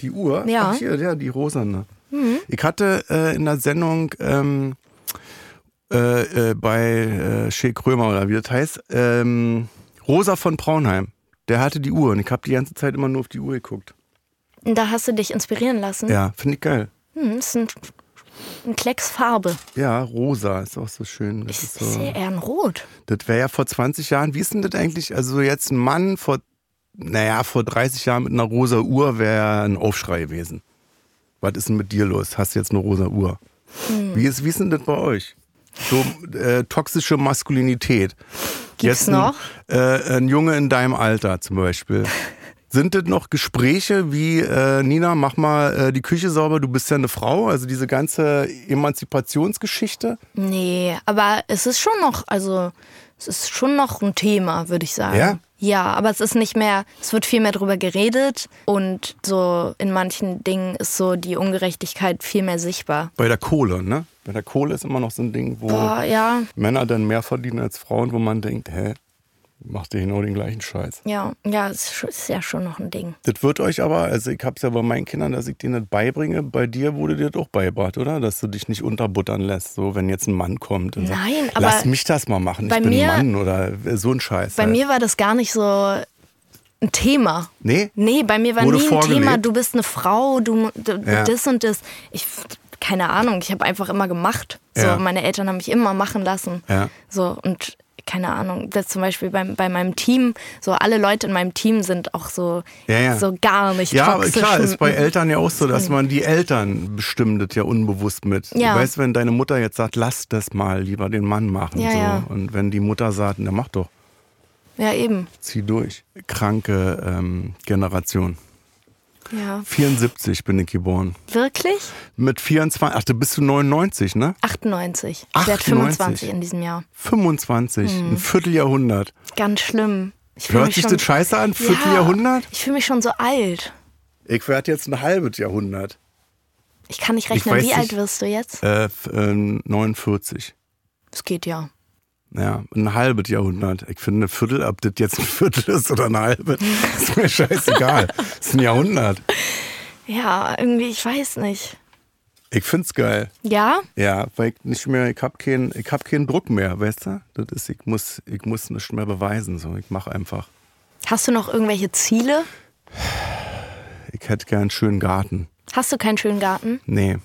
Die Uhr? Ja. Mhm. Ach, hier, ja, die rosane. Ich hatte äh, in der Sendung ähm, äh, äh, bei äh, Shea Krömer oder wie das heißt, ähm, Rosa von Braunheim. Der hatte die Uhr und ich habe die ganze Zeit immer nur auf die Uhr geguckt. Und da hast du dich inspirieren lassen. Ja, finde ich geil. Hm, ist ein, ein Klecks Farbe. Ja, rosa ist auch so schön. Das Ich ist so. sehe eher ein Rot. Das wäre ja vor 20 Jahren. Wie ist denn das eigentlich? Also jetzt ein Mann vor, naja, vor 30 Jahren mit einer rosa Uhr wäre ja ein Aufschrei gewesen. Was ist denn mit dir los? Hast du jetzt eine rosa Uhr? Hm. Wie, ist, wie ist denn das bei euch? So äh, toxische Maskulinität. Gibt's noch? Ein, äh, ein Junge in deinem Alter zum Beispiel. Sind das noch Gespräche wie, äh, Nina, mach mal äh, die Küche sauber, du bist ja eine Frau, also diese ganze Emanzipationsgeschichte? Nee, aber es ist schon noch, also es ist schon noch ein Thema, würde ich sagen. Ja? Ja, aber es ist nicht mehr, es wird viel mehr drüber geredet und so in manchen Dingen ist so die Ungerechtigkeit viel mehr sichtbar. Bei der Kohle, ne? Bei der Kohle ist immer noch so ein Ding, wo Boah, ja, Männer dann mehr verdienen als Frauen, wo man denkt, hä, macht ihr genau den gleichen Scheiß. ja, ja, es ist schon- ist ja schon noch ein Ding. Das wird euch aber, also ich hab's ja bei meinen Kindern, dass ich denen das beibringe, bei dir wurde dir das auch beigebracht, oder? Dass du dich nicht unterbuttern lässt, so wenn jetzt ein Mann kommt und sagt, Nein, aber lass mich das mal machen, ich bei bin mir- ein Mann oder äh, so ein Scheiß. Bei halt. mir war das gar nicht so ein Thema. Nee? Nee, bei mir war Wurde nie ein vorgelebt? Thema, du bist eine Frau, du, du Ja. das und das. Ich, keine Ahnung, ich habe einfach immer gemacht. So, Ja. meine Eltern haben mich immer machen lassen. Ja. So, und keine Ahnung, das zum Beispiel bei, bei meinem Team, so alle Leute in meinem Team sind auch so, Ja, ja. so gar nicht Ja, aber toxisch. klar, ist bei Eltern ja auch so, dass man die Eltern bestimmen das ja unbewusst mit. Ja. Du weißt, wenn deine Mutter jetzt sagt, lass das mal lieber den Mann machen. Ja, so. ja. Und wenn die Mutter sagt, na mach doch, ja, eben. zieh durch. Kranke ähm, Generation. Ja. 74 bin ich geboren. Wirklich? Mit 24, ach, da bist du 99, ne? 98. Ich werde 98. 25 in diesem Jahr. 25, Hm. ein Vierteljahrhundert. Ganz schlimm. Ich fühl Hört mich sich schon- das scheiße an? Vierteljahrhundert? Ja, ich fühle mich schon so alt. Ich werde jetzt ein halbes Jahrhundert. Ich kann nicht Ich rechnen. weiß Wie alt nicht. wirst du jetzt? Äh, f- äh, 49. Es geht ja. Ja, ein halbes Jahrhundert. Ich finde, ein Viertel, ob das jetzt ein Viertel ist oder ein halbes, ist mir scheißegal. ist ein Jahrhundert. Ja, irgendwie, ich weiß nicht. Ich find's geil. Ja? Ja, weil ich nicht mehr, ich hab keinen, ich hab keinen Druck mehr, weißt du? Das ist, ich muss, ich muss nicht mehr beweisen, so. Ich mach einfach. Hast du noch irgendwelche Ziele? Ich hätte gern einen schönen Garten. Hast du keinen schönen Garten? Nee.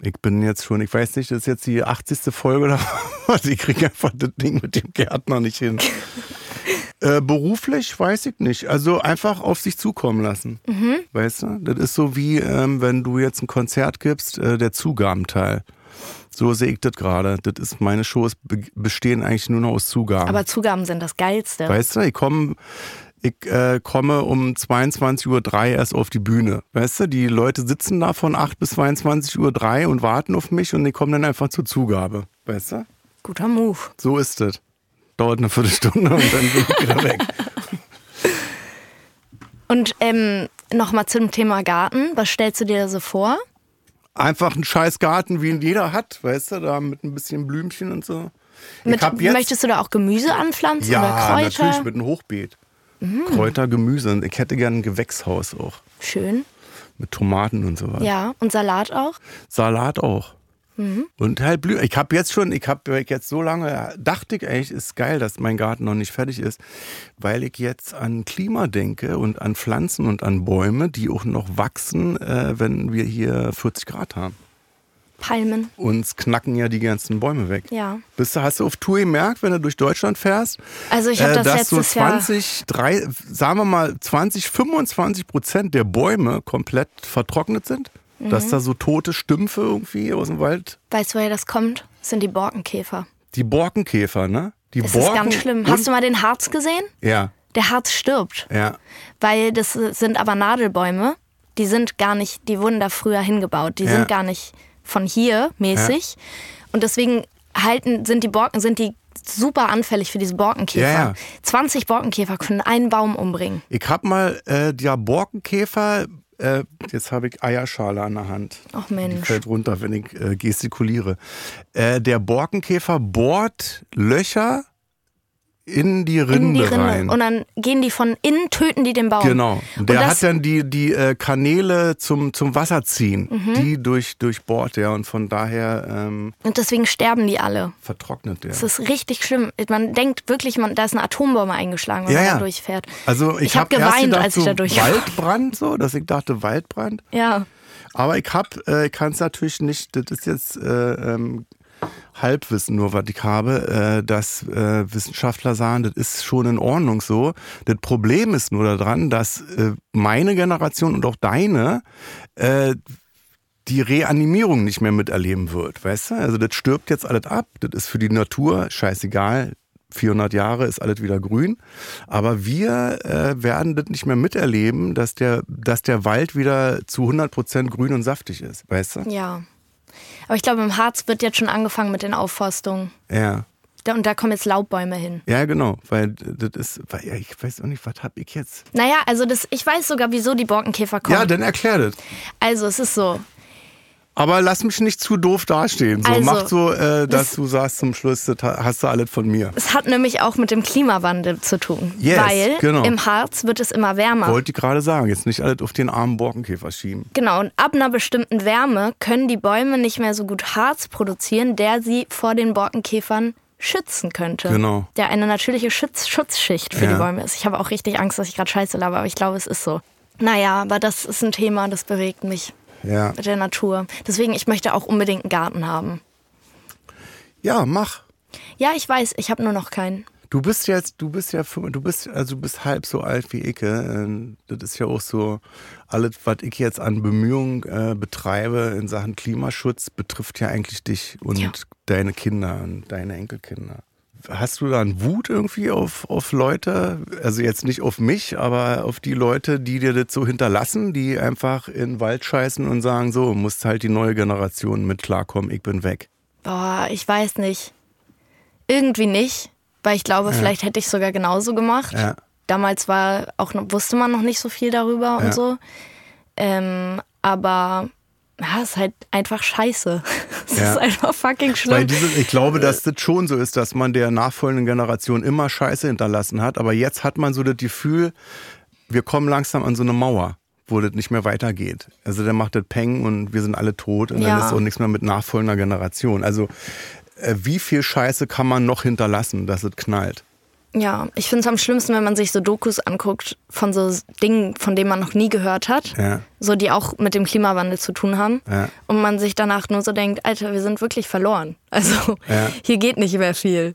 Ich bin jetzt schon, ich weiß nicht, das ist jetzt die 80. Folge oder was. Ich kriege einfach das Ding mit dem Gärtner nicht hin. äh, beruflich weiß ich nicht. Also einfach auf sich zukommen lassen. Weißt du? Das ist so wie, ähm, wenn du jetzt ein Konzert gibst, äh, der Zugabenteil. So sehe ich das gerade. Das ist, meine Shows be bestehen eigentlich nur noch aus Zugaben. Aber Zugaben sind das Geilste. Weißt du, ich komme ich, äh, komme um 22.03 Uhr erst auf die Bühne. Weißt du, die Leute sitzen da von 8 bis 22.03 Uhr und warten auf mich und ich komme dann einfach zur Zugabe. Weißt du? Guter Move. So ist das. Dauert eine Viertelstunde und dann bin ich wieder weg. Und ähm, nochmal zum Thema Garten. Was stellst du dir da so vor? Einfach einen scheiß Garten, wie ihn jeder hat, weißt du, da mit ein bisschen Blümchen und so. Mit, ich hab jetzt, möchtest du da auch Gemüse anpflanzen ja, oder Kräuter? Mhm. natürlich mit einem Hochbeet. Kräuter, Gemüse. Und ich hätte gern ein Gewächshaus auch. Schön. Mit Tomaten und so weiter. Ja. Und Salat auch? Salat auch. Und halt blühen. Ich habe jetzt schon, ich habe jetzt so lange, dachte ich eigentlich, ist geil, dass mein Garten noch nicht fertig ist, weil ich jetzt an Klima denke und an Pflanzen und an Bäume, die auch noch wachsen, äh, wenn wir hier 40 Grad haben. Palmen. Uns knacken ja die ganzen Bäume weg. Ja. Bist du, hast du auf Tour gemerkt, wenn du durch Deutschland fährst? Äh, Also ich hab das dass so letztes Jahr- 20, drei, sagen wir mal 20, 25 Prozent der Bäume komplett vertrocknet sind. Mhm. Dass da so tote Stümpfe irgendwie aus dem Wald. Weißt du, woher das kommt? Das sind die Borkenkäfer. Die Borkenkäfer, ne? Die Das Borken ist ganz schlimm. und- Hast du mal den Harz gesehen? Ja, Der Harz stirbt, ja. weil das sind aber Nadelbäume. Die sind gar nicht, die wurden da früher hingebaut. Die Ja. sind gar nicht von hier mäßig. Und deswegen halten, sind die Borken, sind die super anfällig für diese Borkenkäfer. Ja, ja. 20 Borkenkäfer können einen Baum umbringen. Ich hab mal äh, der Borkenkäfer, äh, jetzt habe ich Eierschale an der Hand. Ach Die Mensch. fällt runter, wenn ich äh, gestikuliere. Äh, der Borkenkäfer bohrt Löcher in die Rinde, in die Rinde. rein. Und dann gehen die von innen, töten die den Baum. Genau. Und Der das, hat dann die, die äh, Kanäle zum, zum Wasserziehen. Mhm. Die durch, durchbohrt er und von daher ähm, und deswegen sterben die alle. vertrocknet er. Das ist richtig schlimm. Man denkt wirklich, man, da ist eine Atombombe eingeschlagen, wenn Ja, man ja. da durchfährt. Also ich, Ich hab hab erst geweint, gedacht, als ich so da durch war. Waldbrand, so, dass ich dachte Waldbrand. Ja. Aber ich hab, äh, kann es natürlich nicht, das ist jetzt äh, ähm, Halbwissen nur, was ich habe, äh, dass äh, Wissenschaftler sagen, das ist schon in Ordnung so. Das Problem ist nur daran, dass äh, meine Generation und auch deine äh, die Reanimierung nicht mehr miterleben wird, weißt du? Also das stirbt jetzt alles ab, das ist für die Natur scheißegal. 400 Jahre ist alles wieder grün, aber wir äh, werden das nicht mehr miterleben, dass der, dass der Wald wieder zu 100% grün und saftig ist, weißt du? Ja. Aber ich glaube, im Harz wird jetzt schon angefangen mit den Aufforstungen. Ja. Da, und da kommen jetzt Laubbäume hin. Ja, genau, weil das ist, weil, ja, ich weiß auch nicht, was hab ich jetzt? Naja, also das, ich weiß sogar, wieso die Borkenkäfer kommen. Ja, dann erklär das. also es ist so. Aber lass mich nicht zu doof dastehen. So, Also, mach so, äh, dass das- du sagst zum Schluss, das ha- hast du alles von mir. Es hat nämlich auch mit dem Klimawandel zu tun. Yes, weil genau. im Harz wird es immer wärmer. Wollte ich gerade sagen, jetzt nicht alles auf den armen Borkenkäfer schieben. Genau, und ab einer bestimmten Wärme können die Bäume nicht mehr so gut Harz produzieren, der sie vor den Borkenkäfern schützen könnte. Genau. Der eine natürliche Schutz Schutzschicht für Ja. die Bäume ist. Ich habe auch richtig Angst, dass ich gerade Scheiße laber, aber ich glaube, es ist so. Naja, aber das ist ein Thema, das bewegt mich Ja. mit der Natur. Deswegen, ich möchte auch unbedingt einen Garten haben. Ja, mach. Ja, ich weiß, ich habe nur noch keinen. Du bist jetzt, du bist ja, fünf- du bist, also du bist halb so alt wie ich. äh, Das ist ja auch so, alles, was ich jetzt an Bemühungen äh, betreibe in Sachen Klimaschutz, betrifft ja eigentlich dich und Ja. deine Kinder und deine Enkelkinder. Hast du dann Wut irgendwie auf, auf Leute, also jetzt nicht auf mich, aber auf die Leute, die dir das so hinterlassen, die einfach in den Wald scheißen und sagen, so, muss halt die neue Generation mit klarkommen, ich bin weg. Boah, ich weiß nicht. Irgendwie nicht, weil ich glaube, vielleicht hätte ich sogar genauso gemacht. Ja. Damals war auch noch, wusste man noch nicht so viel darüber Ja. und so. Ähm, aber ja, es ist halt einfach scheiße. Es Ja. ist einfach fucking Weil schlimm. dieses, ich glaube, dass Äh. das schon so ist, dass man der nachfolgenden Generation immer Scheiße hinterlassen hat. Aber jetzt hat man so das Gefühl, wir kommen langsam an so eine Mauer, wo das nicht mehr weitergeht. Also der macht das Peng und wir sind alle tot und dann Ja. ist auch nichts mehr mit nachfolgender Generation. Also äh, wie viel Scheiße kann man noch hinterlassen, dass es knallt? Ja, ich finde es am schlimmsten, wenn man sich so Dokus anguckt von so Dingen, von denen man noch nie gehört hat. Ja. So, die auch mit dem Klimawandel zu tun haben. Ja. Und man sich danach nur so denkt, Alter, wir sind wirklich verloren. Also, Ja. hier geht nicht mehr viel.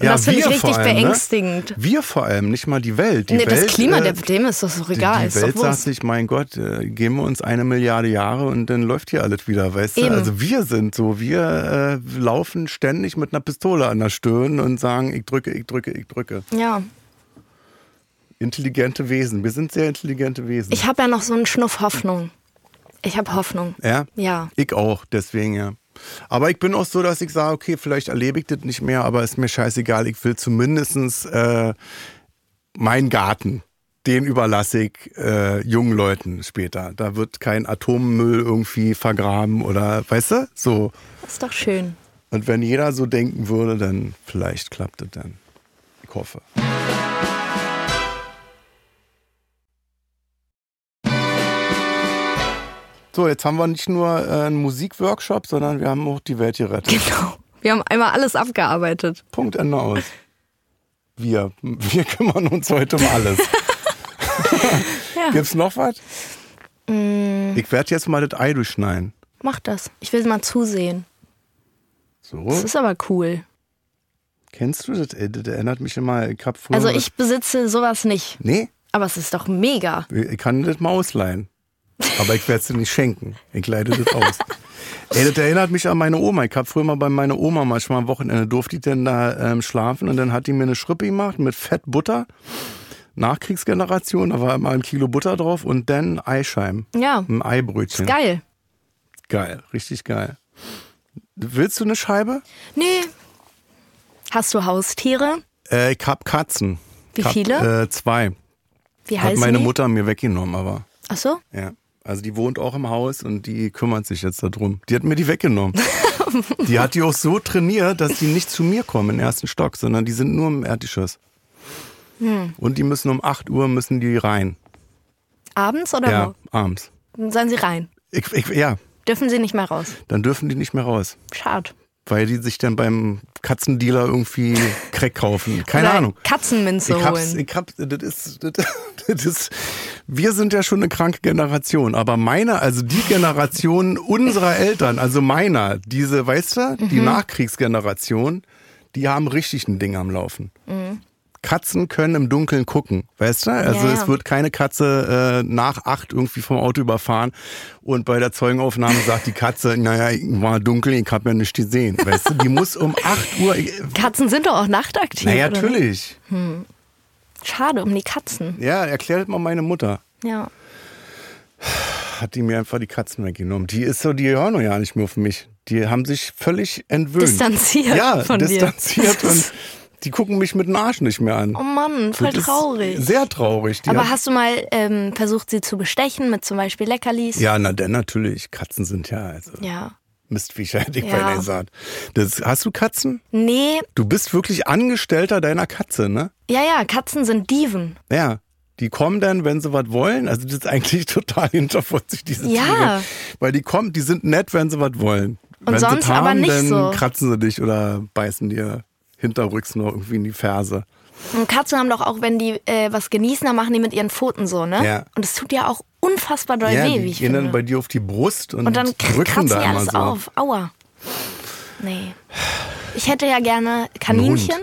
Und das finde ich wir vor richtig allem, ne? beängstigend. Wir vor allem, nicht mal die Welt. Die nee, Welt, das Klima, äh, der, dem ist das doch egal. Die, die ist doch Welt sagt Wurst. sich, mein Gott, äh, geben wir uns eine Milliarde Jahre und dann läuft hier alles wieder, weißt Eben. du? Also wir sind so, wir äh, laufen ständig mit einer Pistole an der Stirn und sagen, ich drücke, ich drücke, ich drücke. Ja. Intelligente Wesen, wir sind sehr intelligente Wesen. Ich habe ja noch so einen Schnuff Hoffnung. Ich habe Hoffnung. ja? Ja. Ich auch, deswegen ja. Aber ich bin auch so, dass ich sage, okay, vielleicht erlebe ich das nicht mehr, aber ist mir scheißegal, ich will zumindest äh, meinen Garten. Den überlasse ich äh, jungen Leuten später. Da wird kein Atommüll irgendwie vergraben oder, weißt du, so. Ist doch schön. Und wenn jeder so denken würde, dann vielleicht klappt es dann. Ich hoffe. So, jetzt haben wir nicht nur äh, einen Musikworkshop, sondern wir haben auch die Welt gerettet. Genau. Wir haben einmal alles abgearbeitet. Punkt, Ende aus. Wir, wir kümmern uns heute um alles. Gibt's noch was? Ich werde jetzt mal das Ei durchschneiden. Mach das. Ich will mal zusehen. Das So, ist aber cool. kennst du das? Ei? Das erinnert mich immer, ich hab früher... Also ich besitze sowas nicht. Nee, Aber es ist doch mega. ich kann das mal ausleihen. Aber ich werde es dir nicht schenken. Ich leite das aus. Ey, das erinnert mich an meine Oma. Ich hab früher mal bei meiner Oma manchmal am Wochenende durfte ich denn da ähm, schlafen und dann hat die mir eine Schrippe gemacht mit Fett Butter. Nachkriegsgeneration, da war immer ein Kilo Butter drauf und dann Eischeiben. Ja. Ein Eibrötchen. Geil. Geil, richtig geil. Willst du eine Scheibe? Nee. Hast du Haustiere? Äh, ich hab Katzen. Wie Ich hab, viele? Äh, zwei. Wie Hat heißen meine die? Mutter mir weggenommen, aber Ach so? ja. Also die wohnt auch im Haus und die kümmert sich jetzt darum. Die hat mir die weggenommen. die hat die auch so trainiert, dass die nicht zu mir kommen im ersten Stock, sondern die sind nur im Erdgeschoss. Und die müssen um 8 Uhr müssen die rein. Abends oder Ja, abends. wo? Dann Sollen sie rein? Ich, ich, ja, Dürfen sie nicht mehr raus? dann dürfen die nicht mehr raus. Schade. weil die sich dann beim Katzendealer irgendwie Crack kaufen. Keine Oder Ahnung. Katzenminze Ich hab's, holen. ich hab, das ist, das, das ist, wir sind ja schon eine kranke Generation, aber meine, also die Generation unserer Eltern, also meiner, diese, weißt du, die Mhm. Nachkriegsgeneration, die haben richtig ein Ding am Laufen. Katzen können im Dunkeln gucken, weißt du? Also Ja, ja. es wird keine Katze äh, nach acht irgendwie vom Auto überfahren und bei der Zeugenaufnahme sagt die Katze, naja, ich war dunkel, ich hab ja nicht gesehen, weißt du? Die muss um acht Uhr, Katzen sind doch auch nachtaktiv. naja, oder? natürlich. Schade um die Katzen. Ja, erklärt mal meine Mutter. Ja. Hat die mir einfach die Katzen weggenommen. Die ist so, die hören ja nicht mehr auf mich. Die haben sich völlig entwöhnt. Distanziert ja, von dir. distanziert und die gucken mich mit dem Arsch nicht mehr an. Oh Mann, voll Das ist traurig. Sehr traurig. Die Aber hat- hast du mal ähm, versucht, sie zu bestechen mit zum Beispiel Leckerlis? ja, na denn natürlich. Katzen sind ja also Ja. Mistviecher, hätte ich Ja. beinahe gesagt. Das, hast du Katzen? Nee, Du bist wirklich Angestellter deiner Katze, ne? ja, ja, Katzen sind Dieven. Ja. Die kommen dann, wenn sie was wollen. Also das ist eigentlich total hinterfotzig, diese Ja. Tiere. Weil die kommen, die sind nett, wenn sie was wollen. Und wenn sie das sonst haben, aber nicht dann so. kratzen sie dich oder beißen dir hinterrücks noch irgendwie in die Ferse. Und Katzen haben doch auch, wenn die äh, was genießen, dann machen die mit ihren Pfoten so, ne? Ja. Und es tut ja auch unfassbar doll ja, weh, die wie ich gehen finde. dann bei dir auf die Brust und, Und dann drücken kratzen die da immer alles so. auf. Aua. Nee. Ich hätte ja gerne Kaninchen.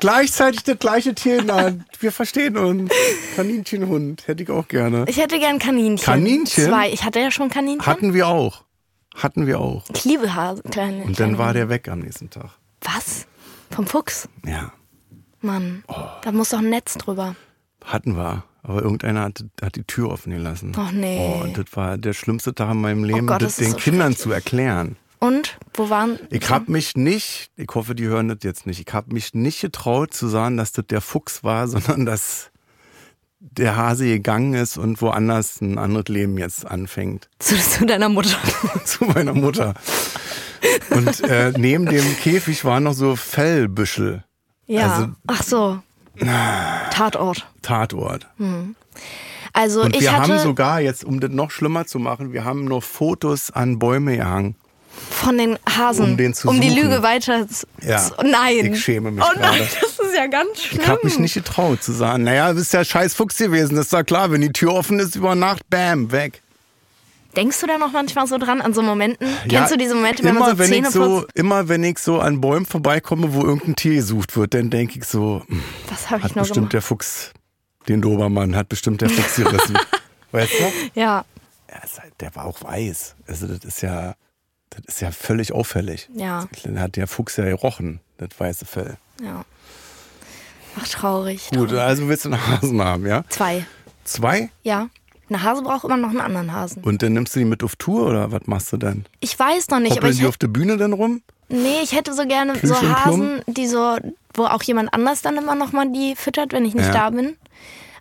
Gleichzeitig das gleiche Tier in der Hand. Wir verstehen uns. Kaninchenhund hätte ich auch gerne. Ich hätte gern Kaninchen. Kaninchen? Zwei. Ich hatte ja schon Kaninchen. Hatten wir auch. Hatten wir auch. ich liebe Hasen. Kleine, Und dann war der weg am nächsten Tag. Was? Vom Fuchs? Ja, Mann. Oh. Da muss doch ein Netz drüber. hatten wir. Aber irgendeiner hat, hat die Tür offen gelassen. Och, nee. Oh Oh, und das war der schlimmste Tag in meinem Leben, Gott, das das ist den so Kindern zu erklären. Und? Wo waren. Ich habe mich nicht, ich hoffe, die hören das jetzt nicht, ich habe mich nicht getraut zu sagen, dass das der Fuchs war, sondern dass der Hase gegangen ist und woanders ein anderes Leben jetzt anfängt. Zu, zu deiner Mutter. zu meiner Mutter. Und äh, neben dem Käfig waren noch so Fellbüschel. Ja. Also- Ach so. Tatort. Tatort. Also Und ich wir hatte haben sogar, jetzt um das noch schlimmer zu machen, wir haben noch Fotos an Bäume gehangen. von den Hasen, um den zu die suchen. Lüge weiter zu, Ja. zu, Nein. Ich schäme mich Oh nein, gerade. das ist ja ganz schlimm. Ich habe mich nicht getraut zu sagen, naja, du bist ja scheiß Fuchs gewesen, das ist ja klar, wenn die Tür offen ist über Nacht, bam, weg. Denkst du da noch manchmal so dran, an so Momenten? ja, Kennst du diese Momente, wenn immer, man so wenn Zähne ich so, Immer wenn ich so an Bäumen vorbeikomme, wo irgendein Tier gesucht wird, dann denke ich so, hm, putzt? Das habe ich hat nur bestimmt gemacht. der Fuchs den Dobermann, hat bestimmt der Fuchs gerissen. weißt du? Ja, Ja, ist halt- der war auch weiß. Also das ist ja, das ist ja völlig auffällig. Ja. Dann hat der Fuchs ja gerochen, das weiße Fell. ja. Ach, traurig. Gut, also willst du einen Hasen haben, ja? Zwei. Zwei? Ja. Eine Hase braucht immer noch einen anderen Hasen. Und dann nimmst du die mit auf Tour oder was machst du dann? Ich weiß noch nicht, aber Hoppeln ich, die auf der Bühne dann rum? Nee, ich hätte so gerne Plüsch so und Hasen, die so, wo auch jemand anders dann immer nochmal die füttert, wenn ich nicht Ja. da bin.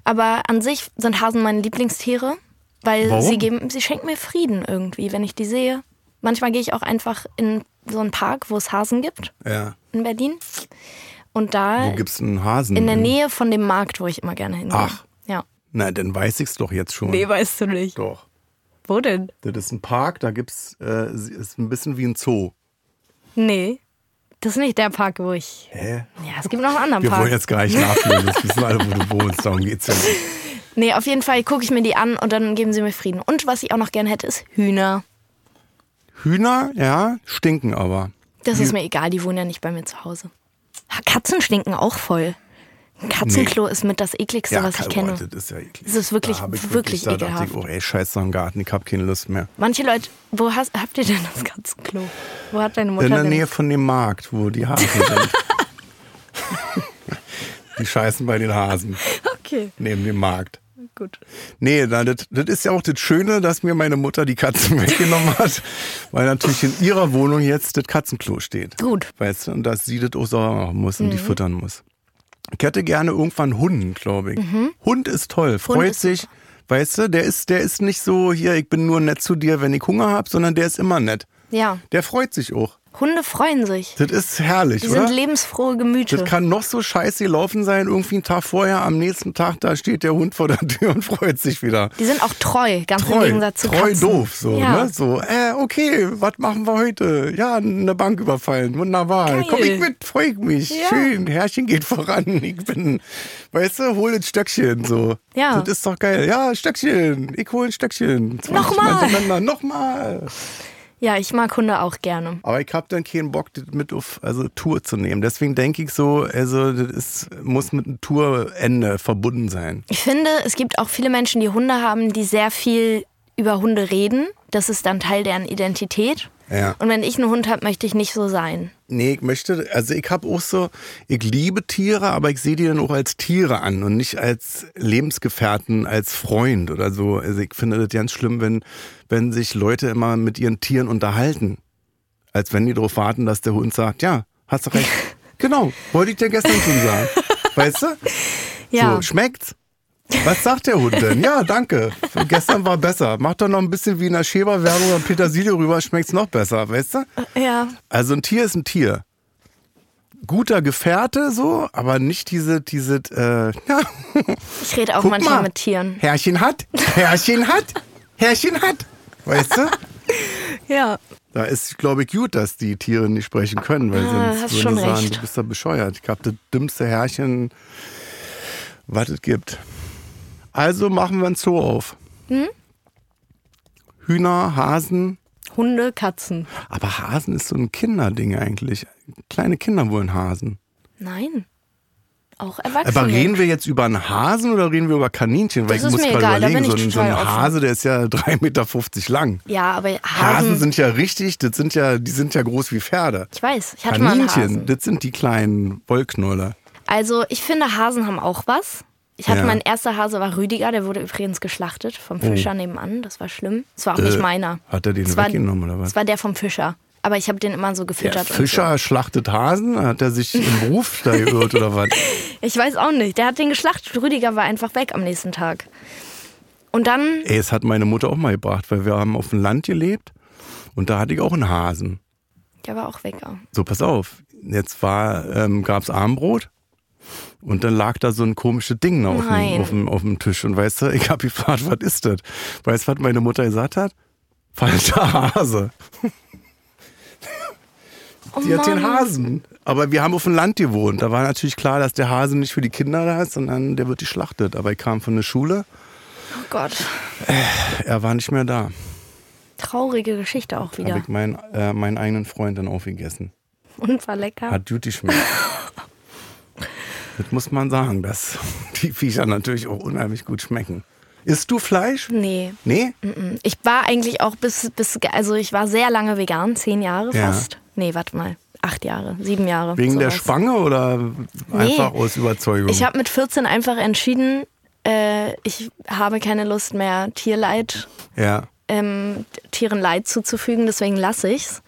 Aber an sich sind Hasen meine Lieblingstiere, weil Warum? sie geben, sie schenken mir Frieden irgendwie, wenn ich die sehe. Manchmal gehe ich auch einfach in so einen Park, wo es Hasen gibt Ja. in Berlin. Und Wo da Äh, gibt's einen Hasen? in der Nähe von dem Markt, wo ich immer gerne hingehe. Ach. Ja. Na, dann weiß ich's doch jetzt schon. Nee, weißt du nicht. Doch. Wo denn? Das ist ein Park, da gibt's, äh, ist ein bisschen wie ein Zoo. Nee. Das ist nicht der Park, wo ich. Hä? Ja, es gibt noch einen anderen Wir Park. wollen jetzt gar nicht nachlesen, das wissen alle, wo du wohnst, darum geht's ja nicht. Nee, auf jeden Fall gucke ich mir die an und dann geben sie mir Frieden. Und was ich auch noch gerne hätte, ist Hühner. Hühner, ja, stinken aber. Das ist mir egal, die wohnen ja nicht bei mir zu Hause. Ha, Katzen stinken auch voll. Ein Katzenklo ist mit das ekligste, was ich Karl, kenne. boah, Das ist ja eklig. Das ist wirklich, da hab ich wirklich da dachte ich, ekelhaft. oh ey, scheiß doch im Garten, ich hab keine Lust mehr. Manche Leute, wo hast, habt ihr denn das Katzenklo? Wo hat deine Mutter In der denn? Nähe von dem Markt, wo die Hasen sind. die scheißen bei den Hasen, Okay, neben dem Markt. gut. Nee, na, das, das ist ja auch das Schöne, dass mir meine Mutter die Katzen weggenommen hat, weil natürlich in ihrer Wohnung jetzt das Katzenklo steht. Gut. Mhm. Weißt du, und dass sie das auch sauber machen muss und die füttern muss. Ich hätte gerne irgendwann Hunden, glaube ich. Hund ist toll, freut Mhm. ist sich. Weißt du, der ist, der ist nicht so hier, ich bin nur nett zu dir, wenn ich Hunger habe, sondern der ist immer nett. Ja, Der freut sich auch. Hunde freuen sich. Das ist herrlich, Die oder? sind lebensfrohe Gemüte. Das kann noch so scheiße gelaufen sein, irgendwie einen Tag vorher, am nächsten Tag, da steht der Hund vor der Tür und freut sich wieder Die sind auch treu, ganz im treu, Gegensatz zu treu Katzen. doof, so, Ja. ne? So, äh, okay, was machen wir heute? Ja, eine Bank überfallen, wunderbar. Komm ich mit, freu ich mich. Schön, Herrchen geht voran. Ich bin, weißt du, hol ein Stöckchen, so. Ja. Das ist doch geil. Ja, Stöckchen, ich hol ein Stöckchen. 20 Nochmal. Mal hintereinander, Nochmal. Ja, ich mag Hunde auch gerne. Aber ich hab dann keinen Bock, das mit auf also Tour zu nehmen. Deswegen denke ich so, also das ist, muss mit einem Tourende verbunden sein. Ich finde, es gibt auch viele Menschen, die Hunde haben, die sehr viel über Hunde reden. Das ist dann Teil deren Identität. Ja. Und wenn ich einen Hund habe, möchte ich nicht so sein. Nee, ich möchte, also ich habe auch so, ich liebe Tiere, aber ich sehe die dann auch als Tiere an und nicht als Lebensgefährten, als Freund oder so. Also ich finde das ganz schlimm, wenn, wenn sich Leute immer mit ihren Tieren unterhalten. Als wenn die darauf warten, dass der Hund sagt, ja, hast du recht. genau, wollte ich dir gestern schon sagen. Weißt du? Ja. So, schmeckt's? Was sagt der Hund denn? Ja, danke. Gestern war besser. Mach doch noch ein bisschen wie in der Schäber-Werbung beim Petersilie rüber, schmeckt's noch besser, weißt du? Ja. Also ein Tier ist ein Tier. Guter Gefährte so, aber nicht diese, diese, äh, ja, Ich rede auch guck manchmal mal. mit Tieren. Herrchen hat, Herrchen hat, Herrchen hat. Weißt du? Ja. Da ist, glaube ich, gut, dass die Tiere nicht sprechen können, weil Ah, sonst hast würden schon sie sagen, recht. du bist da bescheuert. Ich habe das dümmste Herrchen, was es gibt. Also machen wir ein Zoo auf. Hm? Hühner, Hasen. Hunde, Katzen. Aber Hasen ist so ein Kinderding eigentlich. Kleine Kinder wollen Hasen. Nein. Auch Erwachsene. Aber reden wir jetzt über einen Hasen oder reden wir über Kaninchen? Weil Das ich ist muss mir gerade egal, da überlegen, bin ich so ein, so ein total offen. Hase, der ist ja 3,50 Meter lang. ja, aber Hasen, Hasen sind ja richtig, das sind ja, die sind ja groß wie Pferde. Ich weiß, ich hatte mal einen Kaninchen, Hasen. das sind die kleinen Wollknoller. Also, ich finde, Hasen haben auch was. Ich hatte Ja. Oh. mein erster Hase war Rüdiger, der wurde übrigens geschlachtet vom Fischer nebenan. Das war schlimm. Das war auch Äh, nicht meiner. hat er den Das war- weggenommen, oder was? Das war der vom Fischer. Aber ich habe den immer so Der gefüttert. und Fischer schlachtet Hasen? Hat er sich im Beruf da geirrt oder was? So. Ich weiß auch nicht. Der hat den geschlachtet. Rüdiger war einfach weg am nächsten Tag. Und dann, Ey, es hat meine Mutter auch mal gebracht, weil wir haben auf dem Land gelebt und da hatte ich auch einen Hasen. der war auch weg. ja. So, pass auf. Jetzt war, ähm, gab's Armbrot. Und dann lag da so ein komisches Ding auf dem, Nein. auf, dem, auf dem Tisch. Und weißt du, ich habe gefragt, was ist das? Weißt du, was meine Mutter gesagt hat? Falscher Hase. Oh Die hat den Mann. Hasen. Aber wir haben auf dem Land gewohnt. Da war natürlich klar, dass der Hase nicht für die Kinder da ist, sondern der wird geschlachtet. Aber ich kam von der Schule, Oh Gott. er war nicht mehr da. Traurige Geschichte auch Hab wieder. ich meinen, äh, meinen eigenen Freund dann aufgegessen. Und war lecker. Hat Duty schmeckt. das muss man sagen, dass die Viecher natürlich auch unheimlich gut schmecken. Isst du Fleisch? Nee. Nee? Hm, Ich war eigentlich auch bis, bis, also ich war sehr lange vegan, zehn Jahre Ja. fast. Nee, warte mal, acht Jahre, sieben Jahre. Wegen der sowas. Spange oder einfach aus Überzeugung? Ich habe mit 14 einfach entschieden, äh, ich habe keine Lust mehr, Tierleid, ja. ähm, Tieren Leid zuzufügen, deswegen lasse ich's.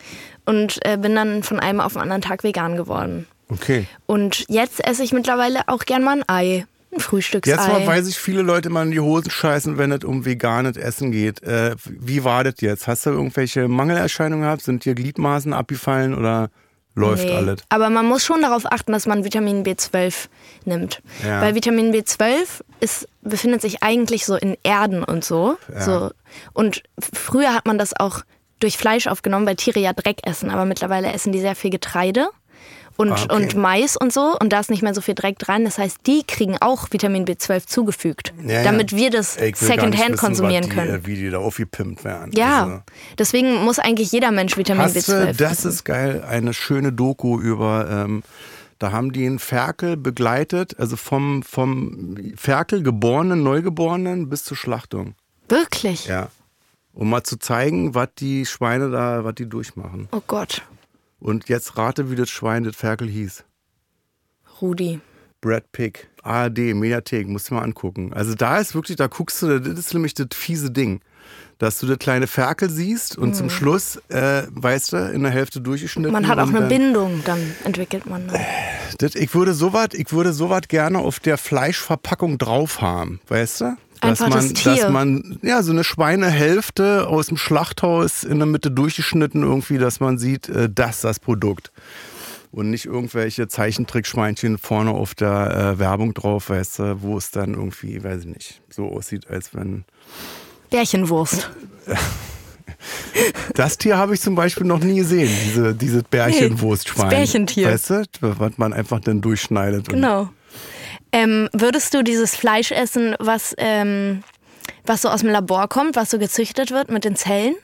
Und äh, bin dann von einem auf den anderen Tag vegan geworden. Okay. Und jetzt esse ich mittlerweile auch gern mal ein Ei, ein Frühstücksei. Jetzt mal weiß ich, viele Leute mal in die Hosen scheißen, wenn es um veganes Essen geht. Äh, wie war das jetzt? Hast du irgendwelche Mangelerscheinungen gehabt? Sind dir Gliedmaßen abgefallen oder läuft Nee. alles. Aber man muss schon darauf achten, dass man Vitamin B12 nimmt. Ja. Weil Vitamin B12 ist, befindet sich eigentlich so in Erden und so. so. Und f- früher hat man das auch durch Fleisch aufgenommen, weil Tiere ja Dreck essen. Aber mittlerweile essen die sehr viel Getreide und, Ah, okay. und Mais und so. Und da ist nicht mehr so viel Dreck dran. Das heißt, die kriegen auch Vitamin B12 zugefügt, Ja, ja. damit wir das Ey, ich will gar nicht Secondhand wissen, konsumieren was die, können. äh, Wie die da aufgepimpt werden. Also, Ja, deswegen muss eigentlich jeder Mensch Vitamin Hast B12 du, das essen. ist geil, eine schöne Doku über, ähm, da haben die einen Ferkel begleitet, also vom, vom Ferkel geborenen, Neugeborenen bis zur Schlachtung. Wirklich? Ja. Um mal zu zeigen, was die Schweine da, was die durchmachen. Oh Gott, Und jetzt rate, wie das Schwein, das Ferkel hieß. Rudi. Brad Pick, ARD, Mediathek, musst du mal angucken. Also da ist wirklich, da guckst du, das ist nämlich das fiese Ding, dass du das kleine Ferkel siehst und zum Schluss, äh, weißt du, in der Hälfte durchgeschnitten. Mhm. Man hat auch und eine dann- Bindung, dann entwickelt man. Ne? Das, ich würde sowas, ich würde sowas gerne auf der Fleischverpackung drauf haben, weißt du? Dass Einfach man, das Tier. dass man, ja, so eine Schweinehälfte aus dem Schlachthaus in der Mitte durchgeschnitten irgendwie, dass man sieht, äh, das ist das Produkt. Und nicht irgendwelche Zeichentrickschweinchen vorne auf der äh, Werbung drauf, weißt du, wo es dann irgendwie, weiß ich nicht, so aussieht, als wenn. Bärchenwurst. Das Tier habe ich zum Beispiel noch nie gesehen, diese, dieses Bärchenwurstschwein. das Bärchentier. Weißt du, was man einfach dann durchschneidet. und- Genau. Ähm, würdest du dieses Fleisch essen, was, ähm, was so aus dem Labor kommt, was so gezüchtet wird mit den Zellen?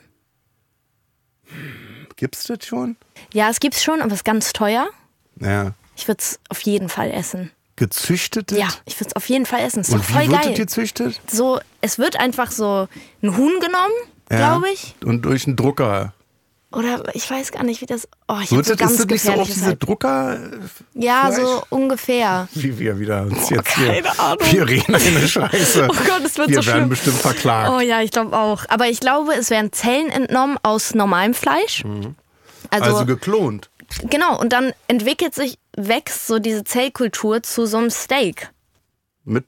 Gibt's das schon? Ja, es gibt's schon, aber es ist ganz teuer. Ja. Ich würde es auf jeden Fall essen. Gezüchtetes? Ja, ich würde es auf jeden Fall essen. Ist doch Und wie voll wird das geil. gezüchtet? So, es wird einfach so ein Huhn genommen, glaube ich. Und durch einen Drucker. Oder ich weiß gar nicht, wie das. Oh, ich habe Wird so das, ganz ist das nicht so auch gefährliches diese Halb- Drucker, Ja, so Fleisch? ungefähr. wie wir wieder uns jetzt hier, keine Ahnung. wir reden eine Scheiße. Oh Gott, es wird wir so werden schlimm. bestimmt verklagt. Oh ja, ich glaube auch. Aber ich glaube, es werden Zellen entnommen aus normalem Fleisch. Also, Mhm. also geklont. genau, und dann entwickelt sich, wächst so diese Zellkultur zu so einem Steak. Mit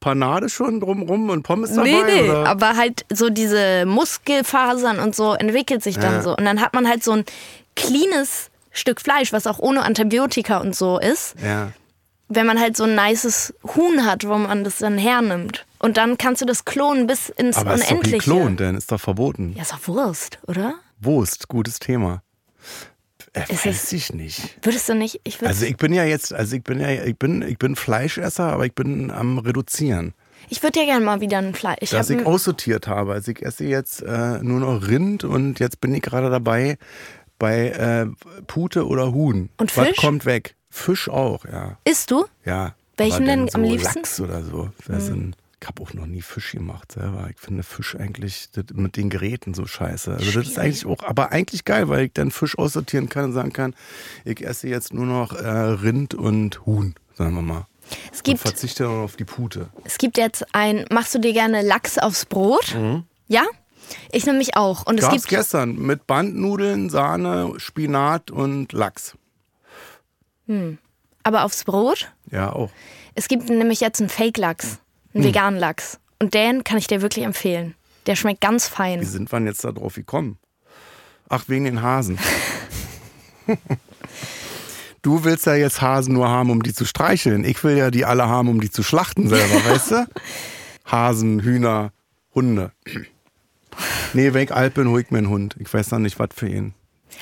Panade schon drumrum und Pommes dabei? oder? aber halt so diese Muskelfasern und so entwickelt sich dann Ja. so. Und dann hat man halt so ein cleanes Stück Fleisch, was auch ohne Antibiotika und so ist, ja. wenn man halt so ein nices Huhn hat, wo man das dann hernimmt. Und dann kannst du das klonen bis ins Aber ist doch Unendliche. geklont, denn ist doch verboten. Ja, ist doch Wurst, oder? Wurst, gutes Thema. Äh, Ist weiß ich nicht. Würdest du nicht? Ich würde Also ich bin ja jetzt, also ich bin ja, ich bin, ich bin Fleischesser, aber ich bin am Reduzieren. Ich würde ja gerne mal wieder ein Fleisch. Ich dass hab ich ein- aussortiert habe. Also ich esse jetzt äh, nur noch Rind und jetzt bin ich gerade dabei bei äh, Pute oder Huhn. Und Was Fisch? kommt weg? Fisch auch, ja. isst du? ja. Welchen Aber dann denn am so liebsten? Mhm. Lachs oder so. Das sind, ich habe auch noch nie Fisch gemacht selber. Ich finde Fisch eigentlich das, mit den Geräten so scheiße. Also das ist eigentlich auch, aber eigentlich geil, weil ich dann Fisch aussortieren kann und sagen kann, ich esse jetzt nur noch äh, Rind und Huhn, sagen wir mal. Es Und gibt, verzichte dann auf die Pute. es gibt jetzt ein. Machst du dir gerne Lachs aufs Brot? Ja? Ich nehme mich auch. Und es Mhm. Gab's gibt. gestern mit Bandnudeln, Sahne, Spinat und Lachs. Aber aufs Brot? Ja, auch. Es gibt nämlich jetzt einen Fake-Lachs. Mhm. Einen veganen Lachs. Und den kann ich dir wirklich empfehlen. Der schmeckt ganz Wie fein. sind wir denn jetzt da drauf gekommen? Ach, wegen den Hasen. Du willst ja jetzt Hasen nur haben, um die zu streicheln. Ich will ja die alle haben, um die zu schlachten selber, weißt du? Hasen, Hühner, Hunde. Nee, wenn ich alt bin, hol ich mir einen Hund. Ich weiß noch nicht, was für ihn.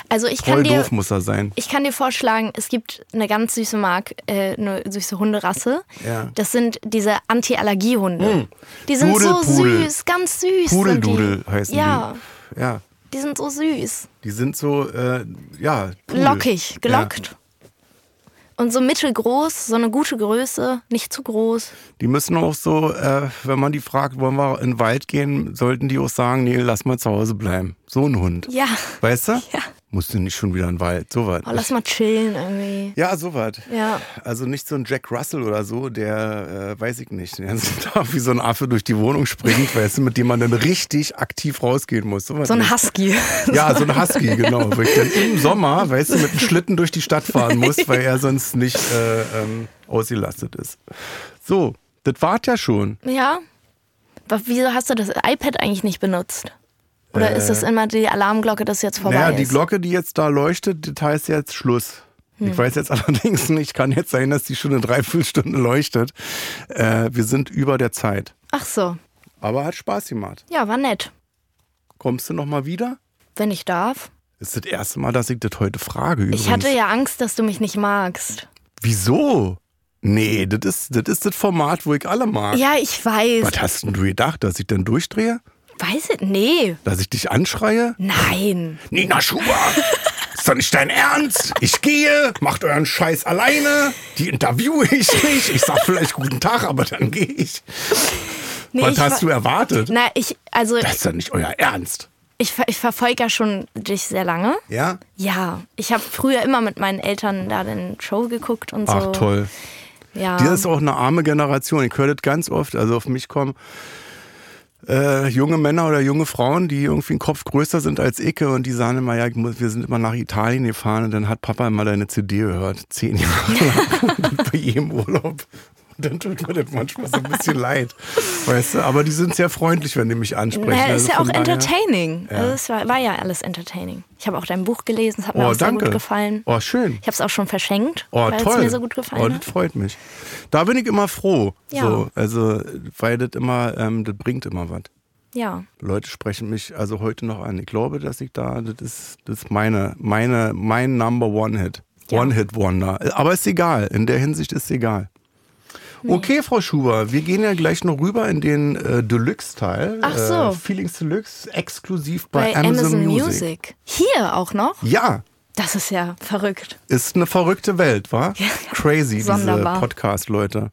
Also ich Voll kann dir. doof muss er sein. Ich kann dir vorschlagen, es gibt eine ganz süße Mark, äh, eine süße Hunderasse. Ja. Mhm. Das sind diese Anti-Allergie-Hunde. Die sind so Pudelpudel. süß, ganz süß. sind die. Pudeldudel heißen ja, die. Ja. die sind so süß. Die sind so, äh, ja. Pudel. Lockig, gelockt. Und so mittelgroß, so eine gute Größe, nicht zu groß. Die müssen auch so, äh, wenn man die fragt, wollen wir in den Wald gehen, sollten die auch sagen, nee, lass mal zu Hause bleiben. So ein Hund. Ja. Weißt du? Ja. Musst du nicht schon wieder in den Wald. So Oh, lass mal chillen irgendwie. Ja, so was. Ja. Also nicht so ein Jack Russell oder so, der, äh, weiß ich nicht, den ganzen Tag wie so ein Affe durch die Wohnung springt, weißt du, mit dem man dann richtig aktiv rausgehen muss. So, was So ein nicht. Husky. Ja, so ein Husky, genau. Wo ich dann im Sommer, weißt du, mit einem Schlitten durch die Stadt fahren muss, weil er sonst nicht äh, ähm, ausgelastet ist. So, das wart ja schon. Ja. Aber wieso hast du das iPad eigentlich nicht benutzt? Oder ist das immer die Alarmglocke, dass jetzt vorbei Äh. Naja, die ist? Glocke, die jetzt da leuchtet, das heißt jetzt Schluss. Hm. Ich weiß jetzt allerdings nicht, kann jetzt sein, dass die schon eine Dreiviertelstunde leuchtet. Äh, wir sind über der Zeit. Ach so. Aber hat Spaß gemacht. Ja, war nett. Kommst du nochmal wieder? Wenn ich darf. Das ist das erste Mal, dass ich das heute frage. Übrigens. Ich hatte ja Angst, dass du mich nicht magst. Wieso? Nee, das ist, das ist das Format, wo ich alle mag. Ja, ich weiß. Was hast denn du gedacht, dass ich denn durchdrehe? Weiß ich? Nee. Dass ich dich anschreie? Nein. Nina Schuber! Ist doch nicht dein Ernst! Ich gehe, macht euren Scheiß alleine, die interviewe ich nicht, ich sag vielleicht guten Tag, aber dann gehe ich. Nee, Was ich hast ver- du erwartet? Na, ich, also, Das ist doch nicht euer Ernst. ich, ver- ich verfolge ja schon dich sehr lange. Ja? Ja, ich habe früher immer mit meinen Eltern da den Show geguckt und so. Ach toll. Ja. Die ist auch eine arme Generation. Ich höre das ganz oft. Also auf mich kommen äh, junge Männer oder junge Frauen, die irgendwie einen Kopf größer sind als ich und die sagen immer, ja, ich muss, wir sind immer nach Italien gefahren und dann hat Papa immer deine CD gehört. Zehn Jahre lang bei jedem Urlaub. Und dann tut mir das manchmal so ein bisschen leid. Weißt du, aber die sind sehr freundlich, wenn die mich ansprechen. naja, Also ist ja von auch daher- entertaining. Also es war, war ja alles entertaining. Ich habe auch dein Buch gelesen, es hat mir Oh, auch sehr danke. gut gefallen. Oh, schön. Ich habe es auch schon verschenkt, Oh, weil toll. es mir so gut oh, gefallen das hat. freut mich. Da bin ich immer froh. Ja. So, also, weil das immer, ähm, das bringt immer was. Ja. Leute sprechen mich also heute noch an. Ich glaube, dass ich da, das ist, das ist meine, meine, mein Number One Hit. One Hit Wonder. Aber ist egal. In der Hinsicht ist egal. Hm. Okay, Frau Schuber, wir gehen ja gleich noch rüber in den äh, Deluxe-Teil. Ach so. Äh, Feelings Deluxe, exklusiv bei, Bei Amazon Music. Hier auch noch? Ja, Das ist ja verrückt. ist eine verrückte Welt, wa? Crazy, diese Sonderbar. Podcast-Leute.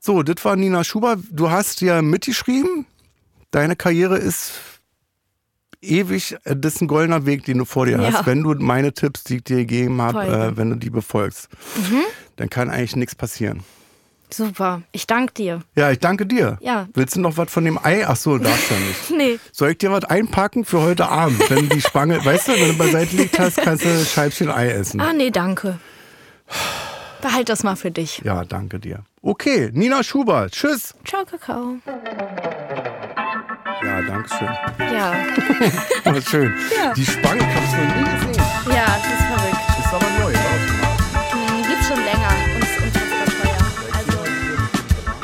So, das war Nina Schuber. Du hast ja mitgeschrieben. Deine Karriere ist ewig. äh, Das ist ein goldener Weg, den du vor dir Ja. hast. Wenn du meine Tipps, die ich dir gegeben habe, Folgen. äh, wenn du die befolgst, Mhm. dann kann eigentlich nichts passieren. Super. Ich danke dir. Ja, ich danke dir. Ja. Willst du noch was von dem Ei? Ach so, darfst ja nicht. Nee. Soll ich dir was einpacken für heute Abend? Wenn die Spange, weißt du, wenn du beiseite liegt hast, kannst du ein Scheibchen Ei essen. Ah, nee, danke. Behalt das mal für dich. Ja, danke dir. Okay, Nina Schuber, tschüss. Ciao, Kakao. Ja, danke schön. Ja. War schön. Die Spange kannst du nie gesehen. Ja, das ist verrückt. Ist aber neu. oder? Hm, Gibt schon länger und ist unfassbar teuer. Also.